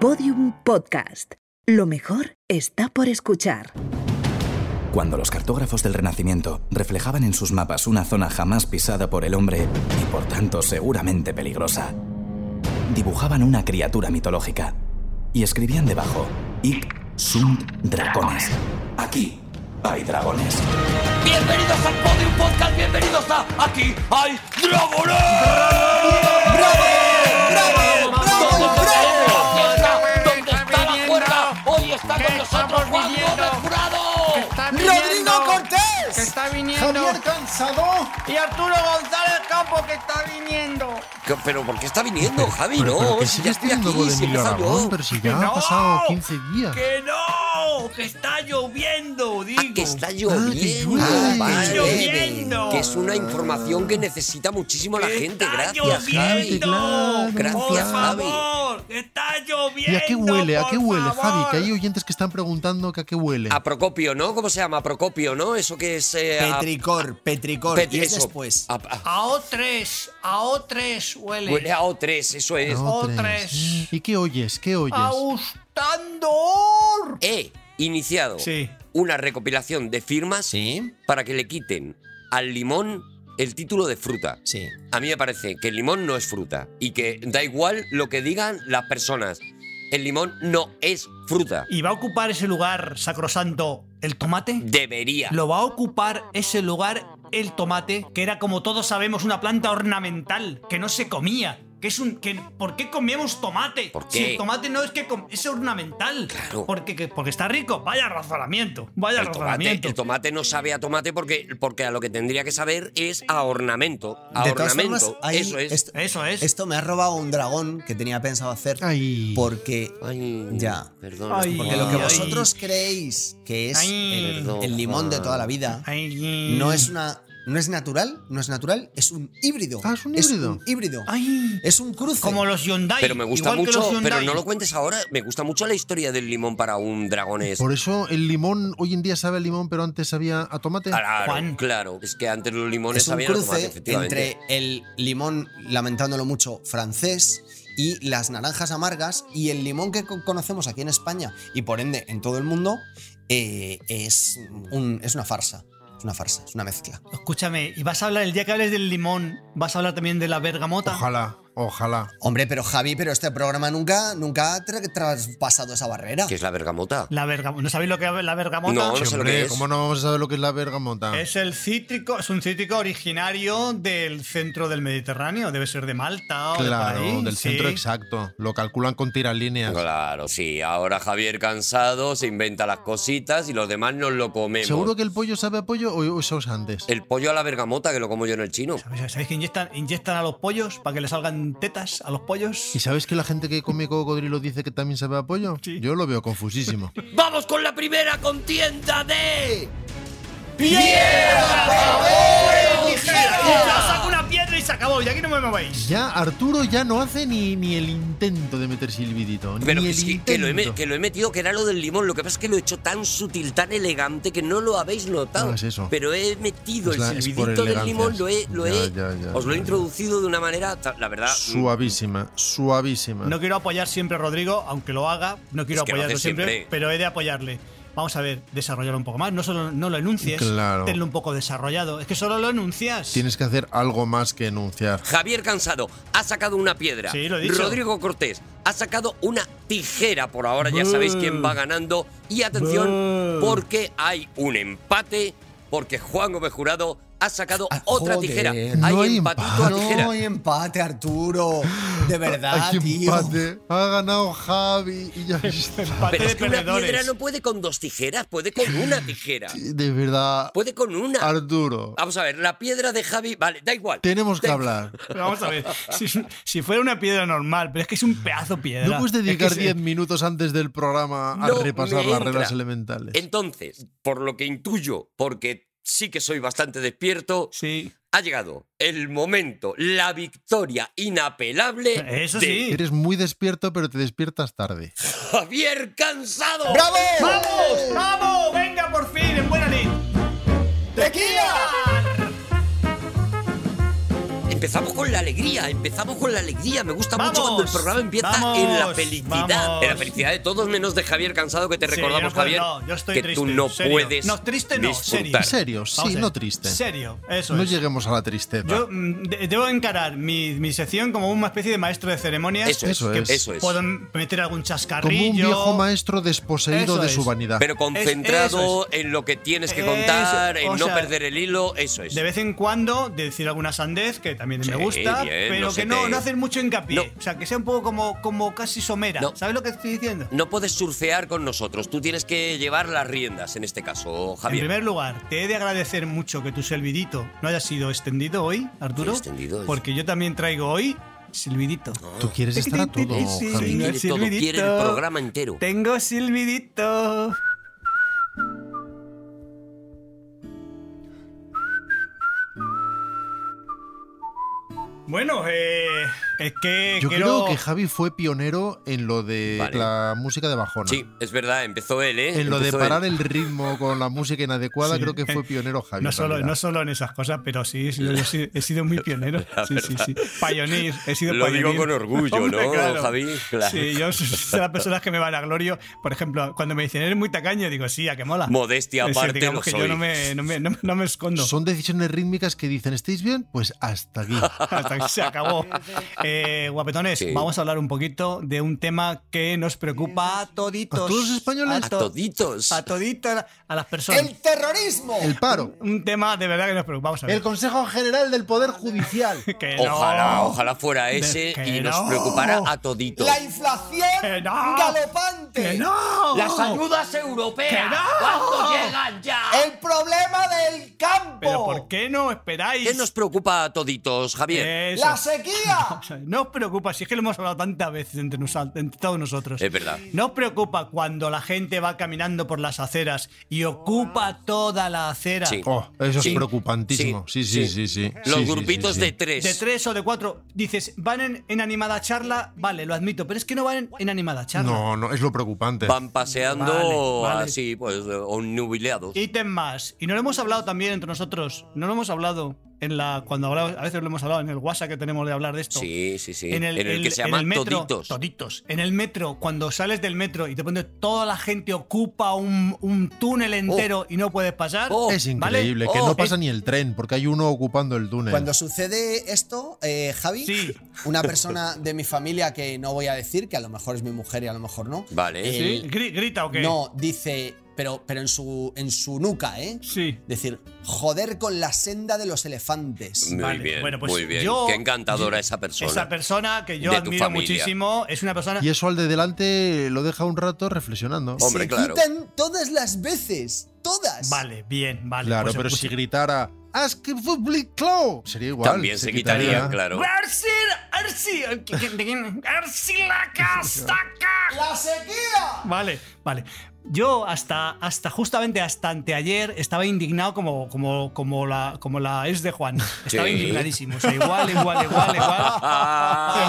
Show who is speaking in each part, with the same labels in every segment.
Speaker 1: Podium Podcast. Lo mejor está por escuchar.
Speaker 2: Cuando los cartógrafos del Renacimiento reflejaban en sus mapas una zona jamás pisada por el hombre y por tanto seguramente peligrosa, dibujaban una criatura mitológica y escribían debajo: Ic sunt dragones. Aquí hay dragones.
Speaker 3: Bienvenidos al Podium Podcast, bienvenidos a Aquí hay Dragones. ¡Bravo! ¡Bravo! ¡Bravo! ¡Bravo! ¿Dónde está la cuerda? Hoy está con nosotros
Speaker 4: estamos
Speaker 3: Juan
Speaker 4: viviendo?
Speaker 3: Gómez Jurado.
Speaker 4: está
Speaker 5: ¡Rodrigo
Speaker 4: viniendo,
Speaker 5: Cortés!
Speaker 4: Que está viniendo.
Speaker 5: Javier Cansado.
Speaker 4: Y Arturo González Campo, que está viniendo.
Speaker 3: ¿Qué- Pero ¿por qué está viniendo, Javi?
Speaker 6: Pero, pero
Speaker 3: No,
Speaker 6: que
Speaker 3: si
Speaker 6: sigues
Speaker 3: ya estoy
Speaker 6: teniendo
Speaker 3: aquí,
Speaker 6: voz
Speaker 3: si
Speaker 6: de
Speaker 3: he
Speaker 6: Emilio
Speaker 3: empezado
Speaker 6: Aragón,
Speaker 3: yo.
Speaker 6: pero si ya
Speaker 4: Que
Speaker 6: han
Speaker 4: no,
Speaker 6: pasado 15 días.
Speaker 7: ¡Que no! ¡Que está lloviendo! Digo.
Speaker 3: Ah, que está lloviendo,
Speaker 6: llueve.
Speaker 3: vale.
Speaker 7: Está lloviendo.
Speaker 3: Que es una información que necesita muchísimo la
Speaker 7: ¡Que
Speaker 3: gente,
Speaker 7: está
Speaker 3: gracias, Javi.
Speaker 7: lloviendo!
Speaker 6: claro,
Speaker 7: ¡Por
Speaker 3: gracias, Javi.
Speaker 7: favor! ¡Que está lloviendo!
Speaker 6: ¿Y a qué huele? ¿A
Speaker 7: por
Speaker 6: qué huele, Javi?
Speaker 7: favor!
Speaker 6: Que hay oyentes que están preguntando que a qué huele.
Speaker 3: A Procopio, ¿no? ¿Cómo se llama? A Procopio, ¿no? Eso que es... eh, a-
Speaker 5: Petricor, Petricor.
Speaker 3: Pet-
Speaker 5: y es
Speaker 3: eso.
Speaker 5: después.
Speaker 3: A- a-
Speaker 4: A O3, a O3 huele.
Speaker 3: Huele a O3, eso es.
Speaker 6: No,
Speaker 4: otras.
Speaker 6: tres. ¿Y qué oyes? ¿Qué oyes?
Speaker 4: A Ustandor.
Speaker 3: He iniciado
Speaker 7: Sí.
Speaker 3: una recopilación de firmas
Speaker 5: Sí,
Speaker 3: para que le quiten al limón el título de fruta.
Speaker 5: sí.
Speaker 3: A mí me parece que el limón no es fruta y que da igual lo que digan las personas. El limón no es fruta.
Speaker 7: ¿Y va a ocupar ese lugar sacrosanto el tomate?
Speaker 3: Debería.
Speaker 7: ¿Lo va a ocupar ese lugar el tomate? Que era, como todos sabemos, una planta ornamental que no se comía. Que es un, que, ¿Por qué comemos tomate?
Speaker 3: ¿Por
Speaker 7: Si
Speaker 3: qué?
Speaker 7: el tomate no es que com- es ornamental.
Speaker 3: Claro.
Speaker 7: Porque, que- porque está rico. Vaya razonamiento. Vaya
Speaker 3: El tomate,
Speaker 7: razonamiento.
Speaker 3: el tomate no sabe a tomate porque, porque a lo que tendría que saber es a ornamento. A
Speaker 5: De todas
Speaker 3: ornamento.
Speaker 5: formas, ahí
Speaker 3: Eso es.
Speaker 5: Esto,
Speaker 7: Eso es.
Speaker 5: esto me ha robado un dragón que tenía pensado hacer.
Speaker 6: Ay.
Speaker 5: Porque,
Speaker 3: Ay,
Speaker 5: Ya.
Speaker 3: Perdón.
Speaker 7: Ay,
Speaker 5: porque lo que
Speaker 7: Ay.
Speaker 5: vosotros creéis que es
Speaker 7: Ay.
Speaker 5: el, el limón de toda la vida
Speaker 7: Ay,
Speaker 5: no es una. No es natural, no es natural, es un híbrido.
Speaker 6: Ah, es un híbrido.
Speaker 5: un híbrido.
Speaker 7: Ay,
Speaker 5: Es un cruce.
Speaker 7: como los Hyundai.
Speaker 3: Pero me gusta
Speaker 7: igual que
Speaker 3: mucho,
Speaker 7: los
Speaker 3: pero
Speaker 7: Hyundai.
Speaker 3: no lo cuentes ahora. Me gusta mucho la historia del limón para un dragonés.
Speaker 6: Por eso el limón hoy en día sabe a limón, pero antes sabía a tomate.
Speaker 3: Claro,
Speaker 7: Juan.
Speaker 3: claro. Es que antes los limones
Speaker 5: es un
Speaker 3: sabían a tomate,
Speaker 5: cruce
Speaker 3: efectivamente.
Speaker 5: entre el limón, lamentándolo mucho, francés y las naranjas amargas y el limón que co- conocemos aquí en España y por ende en todo el mundo eh, es, un- es una farsa. Es una farsa, es una mezcla.
Speaker 7: Escúchame, y vas a hablar, el día que hables del limón, vas a hablar también de la bergamota.
Speaker 6: Ojalá, ojalá.
Speaker 5: Hombre, pero Javi, pero este programa nunca, nunca ha tra- traspasado esa barrera.
Speaker 3: Que es la bergamota.
Speaker 7: La bergamota. ¿No sabéis lo que es la bergamota?
Speaker 3: No, no
Speaker 6: Sí,
Speaker 3: sé lo
Speaker 6: hombre,
Speaker 3: que es.
Speaker 6: ¿Cómo no vamos a saber lo que es la bergamota?
Speaker 7: Es el cítrico, es un cítrico originario del centro del Mediterráneo, debe ser de Malta o
Speaker 6: claro,
Speaker 7: de por ahí,
Speaker 6: del
Speaker 7: sí.
Speaker 6: centro exacto. Lo calculan con tiralíneas.
Speaker 3: Claro, sí. Ahora Javier cansado se inventa las cositas y los demás nos lo comemos.
Speaker 6: ¿Seguro que el pollo sabe a pollo o, o eso es antes?
Speaker 3: El pollo a la bergamota, que lo como yo en el chino.
Speaker 7: ¿Sabéis- ¿Sabéis que inyectan, inyectan a los pollos para que le salgan tetas a los pollos?
Speaker 6: ¿Y sabes que la gente que come cocodrilo dice que también sabe a pollo?
Speaker 7: Sí.
Speaker 6: Yo lo veo confusísimo.
Speaker 3: ¡Vamos con la primera contienda de.
Speaker 7: ¡Ya saco una piedra y se acabó! ¡Y aquí no me movéis!
Speaker 6: Ya Arturo ya no hace ni, ni el intento de meter silbidito.
Speaker 3: Pero
Speaker 6: ni el
Speaker 3: es que, que lo he, me-
Speaker 6: intento.
Speaker 3: que lo he metido, que era lo del limón. Lo que pasa es que lo he hecho tan sutil, tan elegante, que no lo habéis notado.
Speaker 6: No es eso.
Speaker 3: Pero he metido
Speaker 6: Es
Speaker 3: el
Speaker 6: la- es por
Speaker 3: silbidito del
Speaker 6: elegancias.
Speaker 3: limón, lo he, lo
Speaker 6: Ya,
Speaker 3: he-
Speaker 6: ya, ya,
Speaker 3: os lo he
Speaker 6: ya,
Speaker 3: introducido de una manera, ta- la verdad.
Speaker 6: Suavísima, suavísima.
Speaker 7: No quiero apoyar siempre a Rodrigo, aunque lo haga, no quiero
Speaker 3: Es que lo
Speaker 7: apoyarlo
Speaker 3: hace
Speaker 7: siempre,
Speaker 3: siempre.
Speaker 7: pero he de apoyarle. Vamos a ver, desarrollarlo un poco más. No solo no lo enuncies,
Speaker 6: Claro.
Speaker 7: tenlo un poco desarrollado. Es que solo lo enuncias.
Speaker 6: Tienes que hacer algo más que enunciar.
Speaker 3: Javier Cansado ha sacado una piedra.
Speaker 7: Sí, lo he dicho.
Speaker 3: Rodrigo Cortés ha sacado una tijera. Por ahora ya sabéis quién va ganando. Y atención,
Speaker 7: Buh.
Speaker 3: porque hay un empate. Porque Juan Gómez Jurado ha sacado
Speaker 5: Ah,
Speaker 3: otra
Speaker 5: joder,
Speaker 3: tijera.
Speaker 6: Ah, no
Speaker 3: hay
Speaker 6: hay
Speaker 3: empatito a
Speaker 6: empate.
Speaker 3: tijera.
Speaker 5: No hay empate, Arturo. De verdad,
Speaker 6: Hay
Speaker 5: tío.
Speaker 6: empate. Ha ganado Javi y ya está.
Speaker 7: Empate
Speaker 3: Pero es
Speaker 7: de
Speaker 3: que una piedra
Speaker 7: perdedores.
Speaker 3: no puede con dos tijeras, puede con una tijera.
Speaker 6: De verdad,
Speaker 3: Puede con una.
Speaker 6: Arturo.
Speaker 3: Vamos a ver, la piedra de Javi. Vale, da igual.
Speaker 6: Tenemos que
Speaker 3: Da-
Speaker 6: hablar.
Speaker 7: Pero Vamos a ver, si, si fuera una piedra normal, pero es que es un pedazo de piedra.
Speaker 6: No puedes
Speaker 7: Es que
Speaker 6: dedicar
Speaker 7: se-
Speaker 6: 10 minutos antes del programa a
Speaker 3: No
Speaker 6: repasar
Speaker 3: me
Speaker 6: las
Speaker 3: entra.
Speaker 6: reglas elementales.
Speaker 3: Entonces, por lo que intuyo, porque sí que soy bastante despierto,
Speaker 7: Sí.
Speaker 3: ha llegado el momento, la victoria inapelable
Speaker 7: Eso
Speaker 3: de
Speaker 7: sí.
Speaker 6: Eres muy despierto, pero te despiertas tarde.
Speaker 3: Javier Cansado.
Speaker 5: ¡Bravo!
Speaker 7: ¡Vamos! ¡Vamos! ¡Venga, por fin! ¡En buena lid!
Speaker 5: ¡Tequila!
Speaker 3: Empezamos con la alegría, empezamos con la alegría. Me gusta mucho
Speaker 7: ¡Vamos!
Speaker 3: cuando el programa empieza
Speaker 7: ¡Vamos!
Speaker 3: en la felicidad.
Speaker 7: ¡Vamos!
Speaker 3: En la felicidad de todos, menos de Javier Cansado, que te
Speaker 7: Sí,
Speaker 3: recordamos,
Speaker 7: no puedo-
Speaker 3: Javier,
Speaker 7: no, yo estoy
Speaker 3: que tú
Speaker 7: triste,
Speaker 3: no
Speaker 7: serio.
Speaker 3: puedes
Speaker 7: No, triste no, serio.
Speaker 3: disfrutar.
Speaker 6: Serio,
Speaker 7: Vamos
Speaker 6: sí,
Speaker 7: a ver,
Speaker 6: no triste.
Speaker 7: Serio, eso
Speaker 6: No
Speaker 7: es.
Speaker 6: lleguemos a la tristeza.
Speaker 7: Yo mm, de- debo encarar mi, mi sección como una especie de maestro de ceremonias.
Speaker 3: Eso,
Speaker 6: Eso
Speaker 3: es,
Speaker 6: es.
Speaker 3: eso es.
Speaker 7: Puedo meter algún
Speaker 6: Como
Speaker 7: chascarrillo.
Speaker 6: un viejo maestro desposeído
Speaker 7: Eso
Speaker 6: de su
Speaker 7: es.
Speaker 6: vanidad.
Speaker 3: Pero concentrado
Speaker 7: eso
Speaker 3: en lo que tienes que
Speaker 7: Eso,
Speaker 3: contar, en
Speaker 7: o
Speaker 3: no
Speaker 7: sea,
Speaker 3: perder el hilo, eso es.
Speaker 7: De vez en cuando decir alguna sandez que también
Speaker 3: Sí,
Speaker 7: me gusta,
Speaker 3: bien,
Speaker 7: pero
Speaker 3: no se
Speaker 7: que no,
Speaker 3: te-
Speaker 7: no hacer mucho hincapié.
Speaker 3: No.
Speaker 7: O sea, que sea un poco como, como casi somera.
Speaker 3: No.
Speaker 7: ¿Sabes lo que estoy diciendo?
Speaker 3: No puedes surfear con nosotros, tú tienes que llevar las riendas en este caso,
Speaker 7: En
Speaker 3: Javier.
Speaker 7: primer lugar, te he de agradecer mucho que tu servidito no haya sido extendido hoy, Arturo.
Speaker 3: Sí, extendido es-
Speaker 7: Porque yo también traigo hoy silbidito.
Speaker 6: Tú quieres estar a todo,
Speaker 7: Sí, sí,
Speaker 6: Javi.
Speaker 3: Quiere todo, quiere el
Speaker 7: Silvidito.
Speaker 3: programa entero.
Speaker 7: Tengo silbidito. Bueno, eh, es que
Speaker 6: Yo
Speaker 7: quiero...
Speaker 6: creo que Javi fue pionero en lo de
Speaker 3: Vale.
Speaker 6: la música de bajona.
Speaker 3: Sí, es verdad, empezó él, ¿eh?
Speaker 6: En lo de
Speaker 3: Empezó
Speaker 6: parar
Speaker 3: él.
Speaker 6: el ritmo con la música inadecuada,
Speaker 7: Sí.
Speaker 6: creo que fue pionero Javi.
Speaker 7: No
Speaker 6: en
Speaker 7: solo,
Speaker 6: realidad.
Speaker 7: no solo en esas cosas, pero sí, sí, yo sí- he sido muy pionero. Sí, sí, sí. Pioneer, he sido
Speaker 3: Lo digo
Speaker 7: pioneer.
Speaker 3: con orgullo,
Speaker 7: Hombre,
Speaker 3: ¿no,
Speaker 7: claro.
Speaker 3: Javi? Claro.
Speaker 7: Sí, yo soy de las personas que me van a glorio. Por ejemplo, cuando me dicen, eres muy tacaño, digo, sí, a que mola.
Speaker 3: Modestia
Speaker 7: Es decir,
Speaker 3: aparte
Speaker 7: digamos
Speaker 3: lo
Speaker 7: que
Speaker 3: soy.
Speaker 7: yo no me, no me- no me- no me escondo.
Speaker 6: Son decisiones rítmicas que dicen, ¿estáis bien? Pues hasta aquí.
Speaker 7: Hasta que se acabó. Eh, guapetones,
Speaker 3: Sí.
Speaker 7: vamos a hablar un poquito de un tema que nos preocupa a toditos.
Speaker 6: ¿A todos los españoles?
Speaker 3: A
Speaker 7: to-
Speaker 3: toditos.
Speaker 7: A toditas, a las personas.
Speaker 5: ¡El terrorismo!
Speaker 6: El paro.
Speaker 7: Un tema de verdad que nos preocupa. Vamos a ver.
Speaker 6: El Consejo General del Poder Judicial.
Speaker 7: Que no.
Speaker 3: Ojalá, ojalá fuera ese
Speaker 7: que
Speaker 3: y nos
Speaker 7: no.
Speaker 3: preocupara a toditos.
Speaker 5: ¡La inflación
Speaker 7: Que no.
Speaker 5: galopante!
Speaker 7: ¡Que no!
Speaker 3: Las ayudas europeas.
Speaker 7: ¡Que no!
Speaker 3: ¿Cuándo llegan ya?
Speaker 5: ¡El problema del campo!
Speaker 7: ¿Pero por qué no esperáis?
Speaker 3: ¿Qué nos preocupa a toditos, Javier?
Speaker 7: Eso.
Speaker 5: ¡La sequía!
Speaker 7: O sea, No os preocupa, si es que lo hemos hablado tantas veces entre, nos- entre todos nosotros.
Speaker 3: Es verdad.
Speaker 7: No os preocupa cuando la gente va caminando por las aceras y ocupa toda la acera.
Speaker 3: Sí.
Speaker 6: Oh, eso
Speaker 3: Sí.
Speaker 6: es preocupantísimo. Sí, sí, sí, sí.
Speaker 3: Los
Speaker 6: Sí, sí,
Speaker 3: grupitos
Speaker 6: sí, sí.
Speaker 3: de tres.
Speaker 7: De tres o de cuatro. Dices, van en, en animada charla, vale, lo admito, pero es que no van en, en animada charla.
Speaker 6: No, no, es lo preocupante.
Speaker 3: Van paseando
Speaker 7: Vale, vale.
Speaker 3: así, pues, nubileados.
Speaker 7: Ítem más. Y no lo hemos hablado también entre nosotros. No lo hemos hablado en la. Cuando hablamos, a veces lo hemos hablado en el WhatsApp que tenemos de hablar de esto.
Speaker 3: Sí, sí, sí. En el, que se llama
Speaker 7: en el metro,
Speaker 3: toditos.
Speaker 7: En el metro, cuando sales del metro y te pones toda la gente ocupa un, un túnel entero y no puedes pasar.
Speaker 3: Oh.
Speaker 6: Es
Speaker 7: ¿vale? eh.
Speaker 6: increíble que
Speaker 3: Oh,
Speaker 6: no pasa ni el tren porque hay uno ocupando el túnel.
Speaker 5: Cuando sucede esto, eh, Javi,
Speaker 7: Sí.
Speaker 5: una persona de mi familia que no voy a decir, que a lo mejor es mi mujer y a lo mejor no,
Speaker 3: Vale.
Speaker 5: Eh,
Speaker 7: ¿Sí? Gri- ¿Grita o qué?
Speaker 5: no, dice, pero, pero en, su, en su nuca, ¿eh?
Speaker 7: Sí.
Speaker 5: Decir, joder con la senda de los elefantes.
Speaker 3: Muy
Speaker 7: Vale,
Speaker 3: bien,
Speaker 7: bueno, pues
Speaker 3: muy bien.
Speaker 7: yo-
Speaker 3: Qué encantadora esa persona.
Speaker 7: Esa persona que yo
Speaker 3: De tu
Speaker 7: admiro
Speaker 3: familia.
Speaker 7: muchísimo es una persona.
Speaker 6: Y eso al de delante lo deja un rato reflexionando.
Speaker 3: Hombre,
Speaker 5: Se
Speaker 3: claro.
Speaker 5: quitan todas las veces, todas.
Speaker 7: Vale, bien, vale.
Speaker 6: claro,
Speaker 7: pues-
Speaker 6: pero
Speaker 7: pues-
Speaker 6: si gritara Ask Public Claw sería igual.
Speaker 3: También se, quitaría, claro.
Speaker 7: ¡Arsi! ¡Arsi! ¿De quién? ¡Arsi la castaca!
Speaker 5: ¡La sequía!
Speaker 7: Vale, vale. Yo hasta, hasta justamente hasta anteayer estaba indignado como, como, como, la, como la es de Juan. Estaba
Speaker 3: Sí.
Speaker 7: indignadísimo. O sea, igual, igual, igual, igual.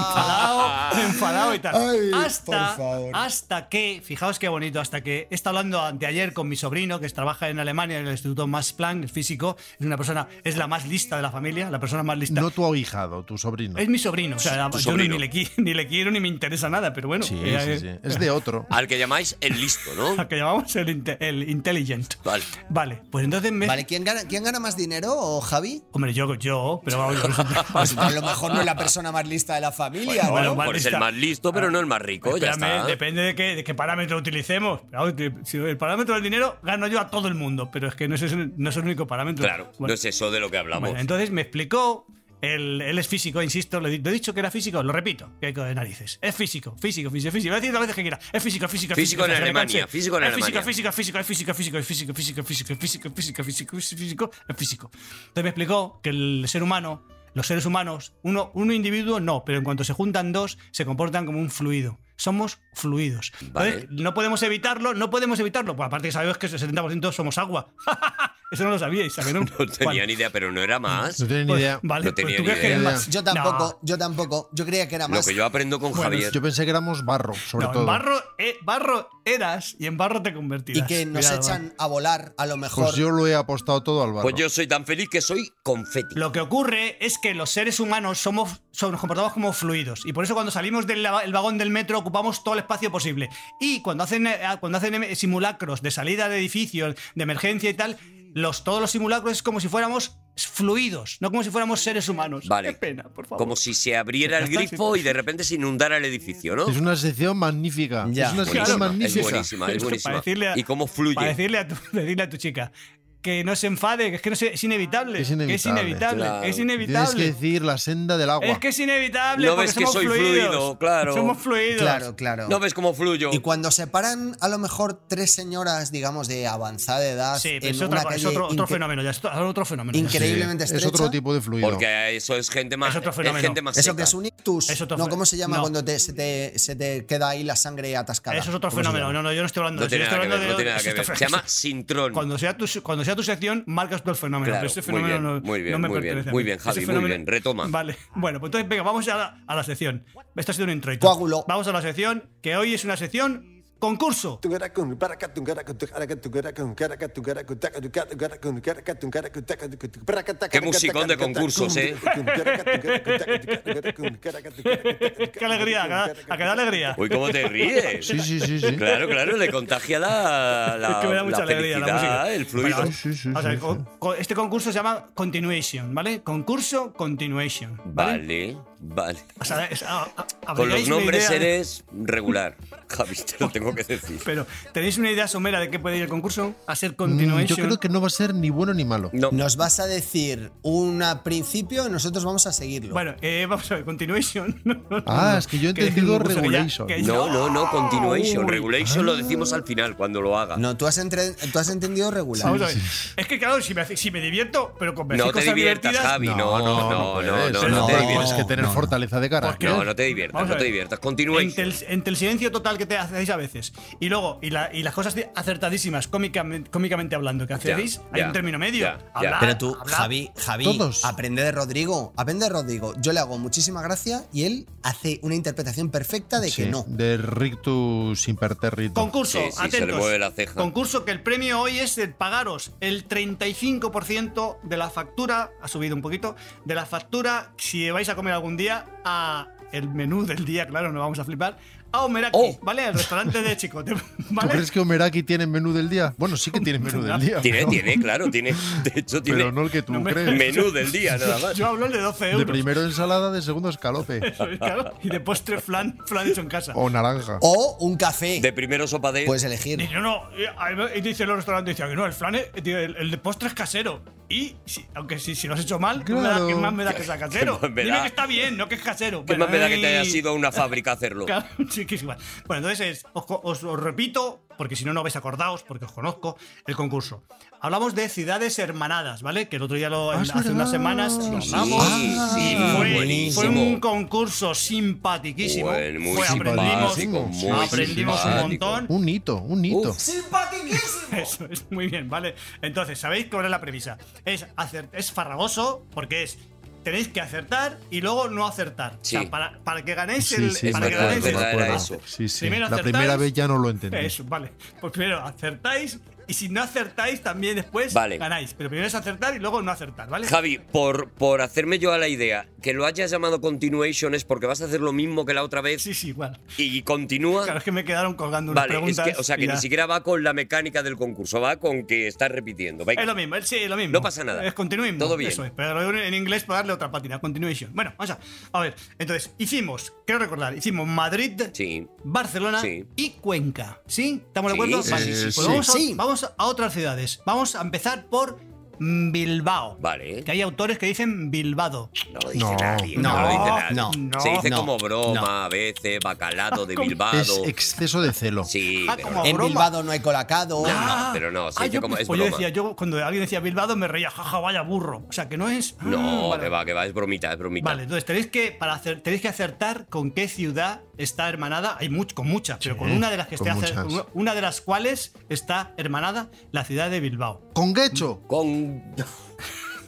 Speaker 7: enfadado, enfadado y tal.
Speaker 5: Ay,
Speaker 7: hasta,
Speaker 5: por favor.
Speaker 7: hasta que, fijaos qué bonito, hasta que he estado hablando anteayer con mi sobrino que trabaja en Alemania en el Instituto Max Planck, es físico, es una persona, es la más lista de la familia, la persona más lista.
Speaker 6: No tu ahijado, tu sobrino.
Speaker 7: es mi sobrino, o sea,
Speaker 3: Tu
Speaker 7: yo no-
Speaker 3: sobrino.
Speaker 7: ni, le, qui- ni le quiero ni me interesa nada, pero bueno.
Speaker 6: Sí,
Speaker 7: eh,
Speaker 6: sí, sí. Es de otro.
Speaker 3: Al que llamáis el listo, ¿no?
Speaker 7: Lo que llamamos el, inte- el intelligent.
Speaker 3: Vale.
Speaker 7: Vale, pues entonces me.
Speaker 5: Vale, ¿quién gana, ¿quién gana más dinero, o Javi?
Speaker 7: Hombre, yo, yo, pero vamos, yo no soy-
Speaker 5: Pues a lo mejor no es la persona más lista de la familia,
Speaker 7: Bueno,
Speaker 5: ¿no?
Speaker 7: más
Speaker 3: Por ser
Speaker 7: lista.
Speaker 3: el más listo, pero no el más rico, ya
Speaker 7: Ah, Espérame,
Speaker 3: está.
Speaker 7: Depende de qué, de qué parámetro utilicemos. Pero, vamos, que Si el parámetro del dinero gano yo a todo el mundo, pero es que no es, ese- no es el único parámetro.
Speaker 3: Claro,
Speaker 7: Bueno,
Speaker 3: no es eso de lo que hablamos.
Speaker 7: bueno, entonces me explicó. Él, él es físico, insisto, lo he, di- lo he dicho que era físico, lo repito, que hay que de narices. Es físico, físico, físico, físico. Voy a decir las veces que quiera. Es físico, físico, físico.
Speaker 3: Físico en
Speaker 7: hasta que me
Speaker 3: Alemania,
Speaker 7: canse.
Speaker 3: físico en
Speaker 7: es físico,
Speaker 3: Alemania.
Speaker 7: físico, físico, es físico, físico, es físico, es físico, es físico, es físico, es físico, es físico, es físico, es físico. Entonces me explicó que el ser humano, los seres humanos, uno, un individuo no, pero en cuanto se juntan dos, se comportan como un fluido. Somos fluidos. Entonces,
Speaker 3: Vale.
Speaker 7: no podemos evitarlo, no podemos evitarlo. Pues aparte que sabemos que el 70% somos agua. Eso no lo sabíais, ¿a que no?
Speaker 3: No tenía ni idea, pero no era más.
Speaker 6: No tenía ni
Speaker 7: Pues,
Speaker 6: idea.
Speaker 7: Vale,
Speaker 3: No
Speaker 7: pues,
Speaker 3: tenía
Speaker 7: ¿tú
Speaker 3: ni
Speaker 7: crees que
Speaker 3: idea.
Speaker 7: es más?
Speaker 5: Yo tampoco, yo tampoco. Yo creía que era
Speaker 3: Lo
Speaker 5: más.
Speaker 3: que yo aprendo con
Speaker 7: Bueno,
Speaker 3: Javier.
Speaker 6: Yo pensé que éramos barro, sobre
Speaker 7: No,
Speaker 6: todo.
Speaker 7: en barro, eh, barro eras y en barro te convertirás.
Speaker 5: y que nos
Speaker 7: Cuidado, eh.
Speaker 5: echan a volar, a lo mejor.
Speaker 6: Pues yo lo he apostado todo al barro.
Speaker 3: Pues yo soy tan feliz que soy confeti.
Speaker 7: Lo que ocurre es que los seres humanos somos, so- nos comportamos como fluidos y por eso cuando salimos del lava- el vagón del metro ocupamos todo el espacio posible. Y cuando hacen, eh, cuando hacen em- simulacros de salida de edificios, de emergencia y tal, los, todos los simulacros es como si fuéramos fluidos, no como si fuéramos seres humanos.
Speaker 3: Vale.
Speaker 7: Qué pena, por favor.
Speaker 3: Como si se abriera el
Speaker 7: Ya está,
Speaker 3: grifo y de repente se inundara el edificio, ¿no?
Speaker 6: Es una sección magnífica.
Speaker 5: Ya.
Speaker 6: Es una
Speaker 3: Buenísima,
Speaker 6: sección
Speaker 3: es
Speaker 6: magnífica.
Speaker 3: buenísima, es
Speaker 7: Esto
Speaker 3: buenísima.
Speaker 7: para decirle a-
Speaker 3: y cómo fluye.
Speaker 7: Para decirle a tu, decirle a tu chica que no se enfade, que es que no se- es inevitable.
Speaker 6: Es
Speaker 7: que es
Speaker 6: inevitable,
Speaker 7: inevitable.
Speaker 3: claro.
Speaker 7: Es
Speaker 6: Tienes que
Speaker 7: inevitable.
Speaker 6: decir la senda del agua.
Speaker 7: Es que es inevitable.
Speaker 3: No
Speaker 7: porque
Speaker 3: ves que
Speaker 7: somos
Speaker 3: soy
Speaker 7: fluidos.
Speaker 3: fluido, claro.
Speaker 7: Somos fluidos.
Speaker 5: Claro, claro.
Speaker 3: ¿No ves cómo fluyo?
Speaker 5: Y cuando se paran a lo mejor tres señoras, digamos, de avanzada edad
Speaker 7: Sí, pero
Speaker 5: en
Speaker 7: es,
Speaker 5: una
Speaker 7: otra- es
Speaker 5: calle
Speaker 7: otro, otro
Speaker 5: incre-
Speaker 7: fenómeno. Ya, es to- otro fenómeno. ya.
Speaker 5: Increíble. increíblemente
Speaker 6: es
Speaker 5: estrecha.
Speaker 6: otro tipo de fluido.
Speaker 3: Porque eso es gente más.
Speaker 7: Es otro fenómeno.
Speaker 3: gente más
Speaker 5: Eso
Speaker 3: seca.
Speaker 5: que es un ictus.
Speaker 7: Es otro
Speaker 5: no,
Speaker 7: fe-
Speaker 5: ¿cómo se llama
Speaker 7: no.
Speaker 5: cuando te- se, te, se te queda ahí la sangre atascada?
Speaker 7: Eso es otro
Speaker 5: ¿Cómo se
Speaker 7: fenómeno.
Speaker 5: llama?
Speaker 7: No, no, yo no estoy hablando
Speaker 3: No
Speaker 7: de eso.
Speaker 3: tiene
Speaker 7: yo estoy
Speaker 3: nada que ver,
Speaker 7: hablando
Speaker 3: no
Speaker 7: de-
Speaker 3: tiene nada que
Speaker 7: eso
Speaker 3: ver.
Speaker 7: está-
Speaker 3: Se llama sintrón.
Speaker 7: Cuando sea, tu, cuando sea tu sección, marcas tú el fenómeno. pero
Speaker 3: Claro,
Speaker 7: este
Speaker 3: muy
Speaker 7: fenómeno
Speaker 3: bien,
Speaker 7: no,
Speaker 3: muy bien,
Speaker 7: no me
Speaker 3: muy bien,
Speaker 7: pertenece a
Speaker 3: muy
Speaker 7: mí.
Speaker 3: bien,
Speaker 7: Ese
Speaker 3: Javi, muy
Speaker 7: fenómeno-
Speaker 3: bien, retoma.
Speaker 7: Vale, bueno, pues entonces, venga, vamos a la, a la sección. Esto ha sido un introito.
Speaker 5: Coágulo.
Speaker 7: Vamos a la sección, que hoy es una sección concurso.
Speaker 8: Qué musicón de concursos, ¿eh?
Speaker 7: ¡Qué alegría! ¿A que da- a que da alegría?
Speaker 3: Uy, cómo te ríes.
Speaker 6: Sí, sí, sí, sí.
Speaker 3: Claro, claro, le contagia la, la,
Speaker 7: Es que me da mucha
Speaker 3: la
Speaker 7: alegría la
Speaker 3: felicidad,
Speaker 7: música.
Speaker 3: el fluido.
Speaker 7: Bueno,
Speaker 6: Sí, sí,
Speaker 7: o
Speaker 6: sí,
Speaker 7: sea,
Speaker 6: sí.
Speaker 7: con- con- este concurso se llama Continuation, ¿vale? Concurso Continuation. ¿Vale?
Speaker 3: vale, vale.
Speaker 7: O sea, es- a- a-
Speaker 3: Con
Speaker 7: habríais
Speaker 3: los
Speaker 7: una
Speaker 3: nombres
Speaker 7: idea-
Speaker 3: eres regular. Javi, te lo tengo que decir.
Speaker 7: Pero, ¿tenéis una idea somera de qué puede ir el concurso? A ser
Speaker 6: Mm,
Speaker 7: Continuation.
Speaker 6: Yo creo que no va a ser ni bueno ni malo.
Speaker 3: No,
Speaker 5: Nos vas a decir un principio y nosotros vamos a seguirlo.
Speaker 7: Bueno, eh, vamos a ver, Continuation.
Speaker 6: Ah, es que yo he
Speaker 7: es un
Speaker 6: entendido
Speaker 7: concurso que ya-
Speaker 6: Regulation.
Speaker 7: que ya-
Speaker 3: no, no, no, continuation.
Speaker 7: Uy.
Speaker 3: Regulation lo decimos al final, cuando lo haga.
Speaker 5: no, tú has, entre- tú has entendido regular.
Speaker 7: Vamos a ver. Es que, claro, si me, hace- si me divierto, pero con ver
Speaker 3: No
Speaker 7: cosas
Speaker 3: te diviertas,
Speaker 7: divertidas,
Speaker 3: Javi. No, no, no, no,
Speaker 6: puedes.
Speaker 3: no,
Speaker 5: ser.
Speaker 3: no te
Speaker 5: No.
Speaker 3: diviertas.
Speaker 6: Tienes que tener
Speaker 5: no, no.
Speaker 6: fortaleza de carácter.
Speaker 3: No, no te diviertas,
Speaker 7: Vamos a
Speaker 3: no te
Speaker 7: ver.
Speaker 3: diviertas.
Speaker 7: entre
Speaker 3: Continuation.
Speaker 7: el, entre el silencio total que te hacéis a veces y luego y, la- y las cosas de- acertadísimas cómicamente, cómicamente hablando que hacéis hay
Speaker 3: ya,
Speaker 7: un término medio
Speaker 3: ya, ya.
Speaker 7: Hablar,
Speaker 5: Pero tú,
Speaker 7: hablar.
Speaker 5: Javi, Javi,
Speaker 6: Todos.
Speaker 5: aprende de Rodrigo. Aprende de Rodrigo. Yo le hago muchísima gracia y él hace una interpretación perfecta de
Speaker 6: Sí,
Speaker 5: que no.
Speaker 6: De rictus imperterrito.
Speaker 7: concurso
Speaker 3: Sí, sí, se le
Speaker 7: atentos
Speaker 3: mueve la ceja.
Speaker 7: concurso que el premio hoy es el pagaros el 35% de la factura ha subido un poquito de la factura si vais a comer algún día a el menú del día claro no vamos a flipar a Omeraki
Speaker 3: Oh.
Speaker 7: vale al restaurante de Chicote
Speaker 6: ¿Tú
Speaker 7: vale
Speaker 6: crees que Omeraki tiene menú del día? Bueno, sí que tiene menú del día.
Speaker 3: Tiene,
Speaker 6: pero,
Speaker 3: tiene, claro, tiene. De hecho, tiene
Speaker 6: pero no el que tú
Speaker 7: No me-
Speaker 6: crees.
Speaker 3: menú del día, nada más.
Speaker 7: yo hablo el de 12 euros
Speaker 6: De primero ensalada, de segundo escalope.
Speaker 7: Claro, y de postre flan, flan hecho en casa.
Speaker 3: Oh.
Speaker 6: O naranja.
Speaker 5: O un café.
Speaker 3: De primero sopa de.
Speaker 7: Pues
Speaker 5: Puedes elegir.
Speaker 7: Y yo no, y a mí me- y dice los restaurantes, dice, "Ah, no, el flan, es- digo, el, el de postre es casero. Y, si- aunque si, si lo has hecho mal, ¿qué me da-
Speaker 6: Claro.
Speaker 7: ¿qué más me da que sea casero?
Speaker 3: ¿Qué más me
Speaker 7: Dime
Speaker 3: da?
Speaker 7: que está bien, no que es casero.
Speaker 3: ¿Qué
Speaker 7: Bueno,
Speaker 3: más me da que te haya
Speaker 7: ay,
Speaker 3: sido a una fábrica hacerlo?
Speaker 7: claro, sí, que es igual. Bueno, entonces, es- os, co- os- os repito, porque si no, no habéis acordaos, porque os conozco, el concurso. Hablamos de ciudades hermanadas, ¿vale? Que el otro día, lo,
Speaker 6: Ah, es
Speaker 7: hace unas
Speaker 6: verdad.
Speaker 7: semanas, lo
Speaker 3: Sí,
Speaker 7: hablamos.
Speaker 3: sí,
Speaker 5: Ah,
Speaker 7: Fue,
Speaker 3: buenísimo.
Speaker 7: fue un concurso simpatiquísimo.
Speaker 3: Buen, muy
Speaker 7: fue, Pues aprendimos,
Speaker 3: simpático, muy
Speaker 7: aprendimos un
Speaker 3: simpático.
Speaker 7: montón.
Speaker 6: Un hito, un hito.
Speaker 3: Uf.
Speaker 7: Eso es muy bien, ¿vale? Entonces, ¿sabéis cuál es la premisa? Es, acer- es farragoso porque es. Tenéis que acertar y luego no acertar. O
Speaker 3: Sí.
Speaker 7: sea, para, para que ganéis
Speaker 6: Sí,
Speaker 7: el.
Speaker 6: sí,
Speaker 7: para
Speaker 6: me
Speaker 7: que
Speaker 3: verdad,
Speaker 6: acuerdo,
Speaker 7: ganéis
Speaker 6: me
Speaker 7: el-
Speaker 3: verdad, era
Speaker 6: acuerdo.
Speaker 3: eso.
Speaker 6: Sí, sí.
Speaker 7: Primero
Speaker 6: La
Speaker 7: acertáis.
Speaker 6: primera vez ya no lo entendí.
Speaker 7: Eso, vale. Pues primero acertáis y si no acertáis también después
Speaker 3: Vale.
Speaker 7: ganáis. Pero primero es acertar y luego no acertar, ¿vale?
Speaker 3: Javi, por, por hacerme yo a la idea, que lo hayas llamado continuation es porque vas a hacer lo mismo que la otra vez
Speaker 7: Sí, sí, igual.
Speaker 3: y continúa.
Speaker 7: Claro, es que me quedaron colgando unas
Speaker 3: vale, es
Speaker 7: preguntas.
Speaker 3: que, o sea,
Speaker 7: y
Speaker 3: que ni
Speaker 7: ya.
Speaker 3: siquiera va con la mecánica del concurso, va con que estás repitiendo. Venga.
Speaker 7: Es lo mismo, es- sí, es lo mismo.
Speaker 3: No pasa nada.
Speaker 7: Es continuismo.
Speaker 3: Todo bien.
Speaker 7: Eso es, pero en inglés para darle otra patina, continuation. Bueno, vamos a, a ver. Entonces, hicimos, quiero recordar, hicimos Madrid,
Speaker 3: Sí.
Speaker 7: Barcelona
Speaker 3: Sí.
Speaker 7: y Cuenca. ¿Sí? ¿Estamos de
Speaker 3: Sí,
Speaker 7: acuerdo?
Speaker 3: sí,
Speaker 7: Vale.
Speaker 6: sí, sí,
Speaker 7: Pues
Speaker 6: sí.
Speaker 7: Vamos, a,
Speaker 5: Sí.
Speaker 7: vamos a otras ciudades. Vamos a empezar por mm, Bilbao.
Speaker 3: Vale.
Speaker 7: Que hay autores que dicen Bilbado.
Speaker 3: No lo dice
Speaker 5: No,
Speaker 3: nadie.
Speaker 5: no,
Speaker 3: lo dice nadie.
Speaker 5: no,
Speaker 3: Se dice
Speaker 5: no,
Speaker 3: como broma
Speaker 5: no.
Speaker 3: a veces, bacalado de
Speaker 6: Es
Speaker 3: Bilbado.
Speaker 6: exceso de celo.
Speaker 3: Sí,
Speaker 7: Ah,
Speaker 3: pero
Speaker 7: como-
Speaker 3: no.
Speaker 5: En
Speaker 7: broma.
Speaker 5: Bilbao no hay colacado.
Speaker 3: Ah, pero no, se
Speaker 7: Ah,
Speaker 3: dice
Speaker 7: yo,
Speaker 3: como es
Speaker 7: pues yo
Speaker 3: broma.
Speaker 7: decía, yo cuando alguien decía Bilbado me reía, jaja, vaya burro. O sea, que no es.
Speaker 3: No,
Speaker 7: Mm, vale.
Speaker 3: que va, que va, es bromita, es bromita.
Speaker 7: Vale, entonces tenéis que, para hacer, tenéis que acertar con qué ciudad está hermanada. Hay much- con muchas, pero con una de las que
Speaker 6: con
Speaker 7: esté acer-
Speaker 6: muchas.
Speaker 7: una- una de las cuales está hermanada la ciudad de Bilbao.
Speaker 6: Con Guecho,
Speaker 3: Con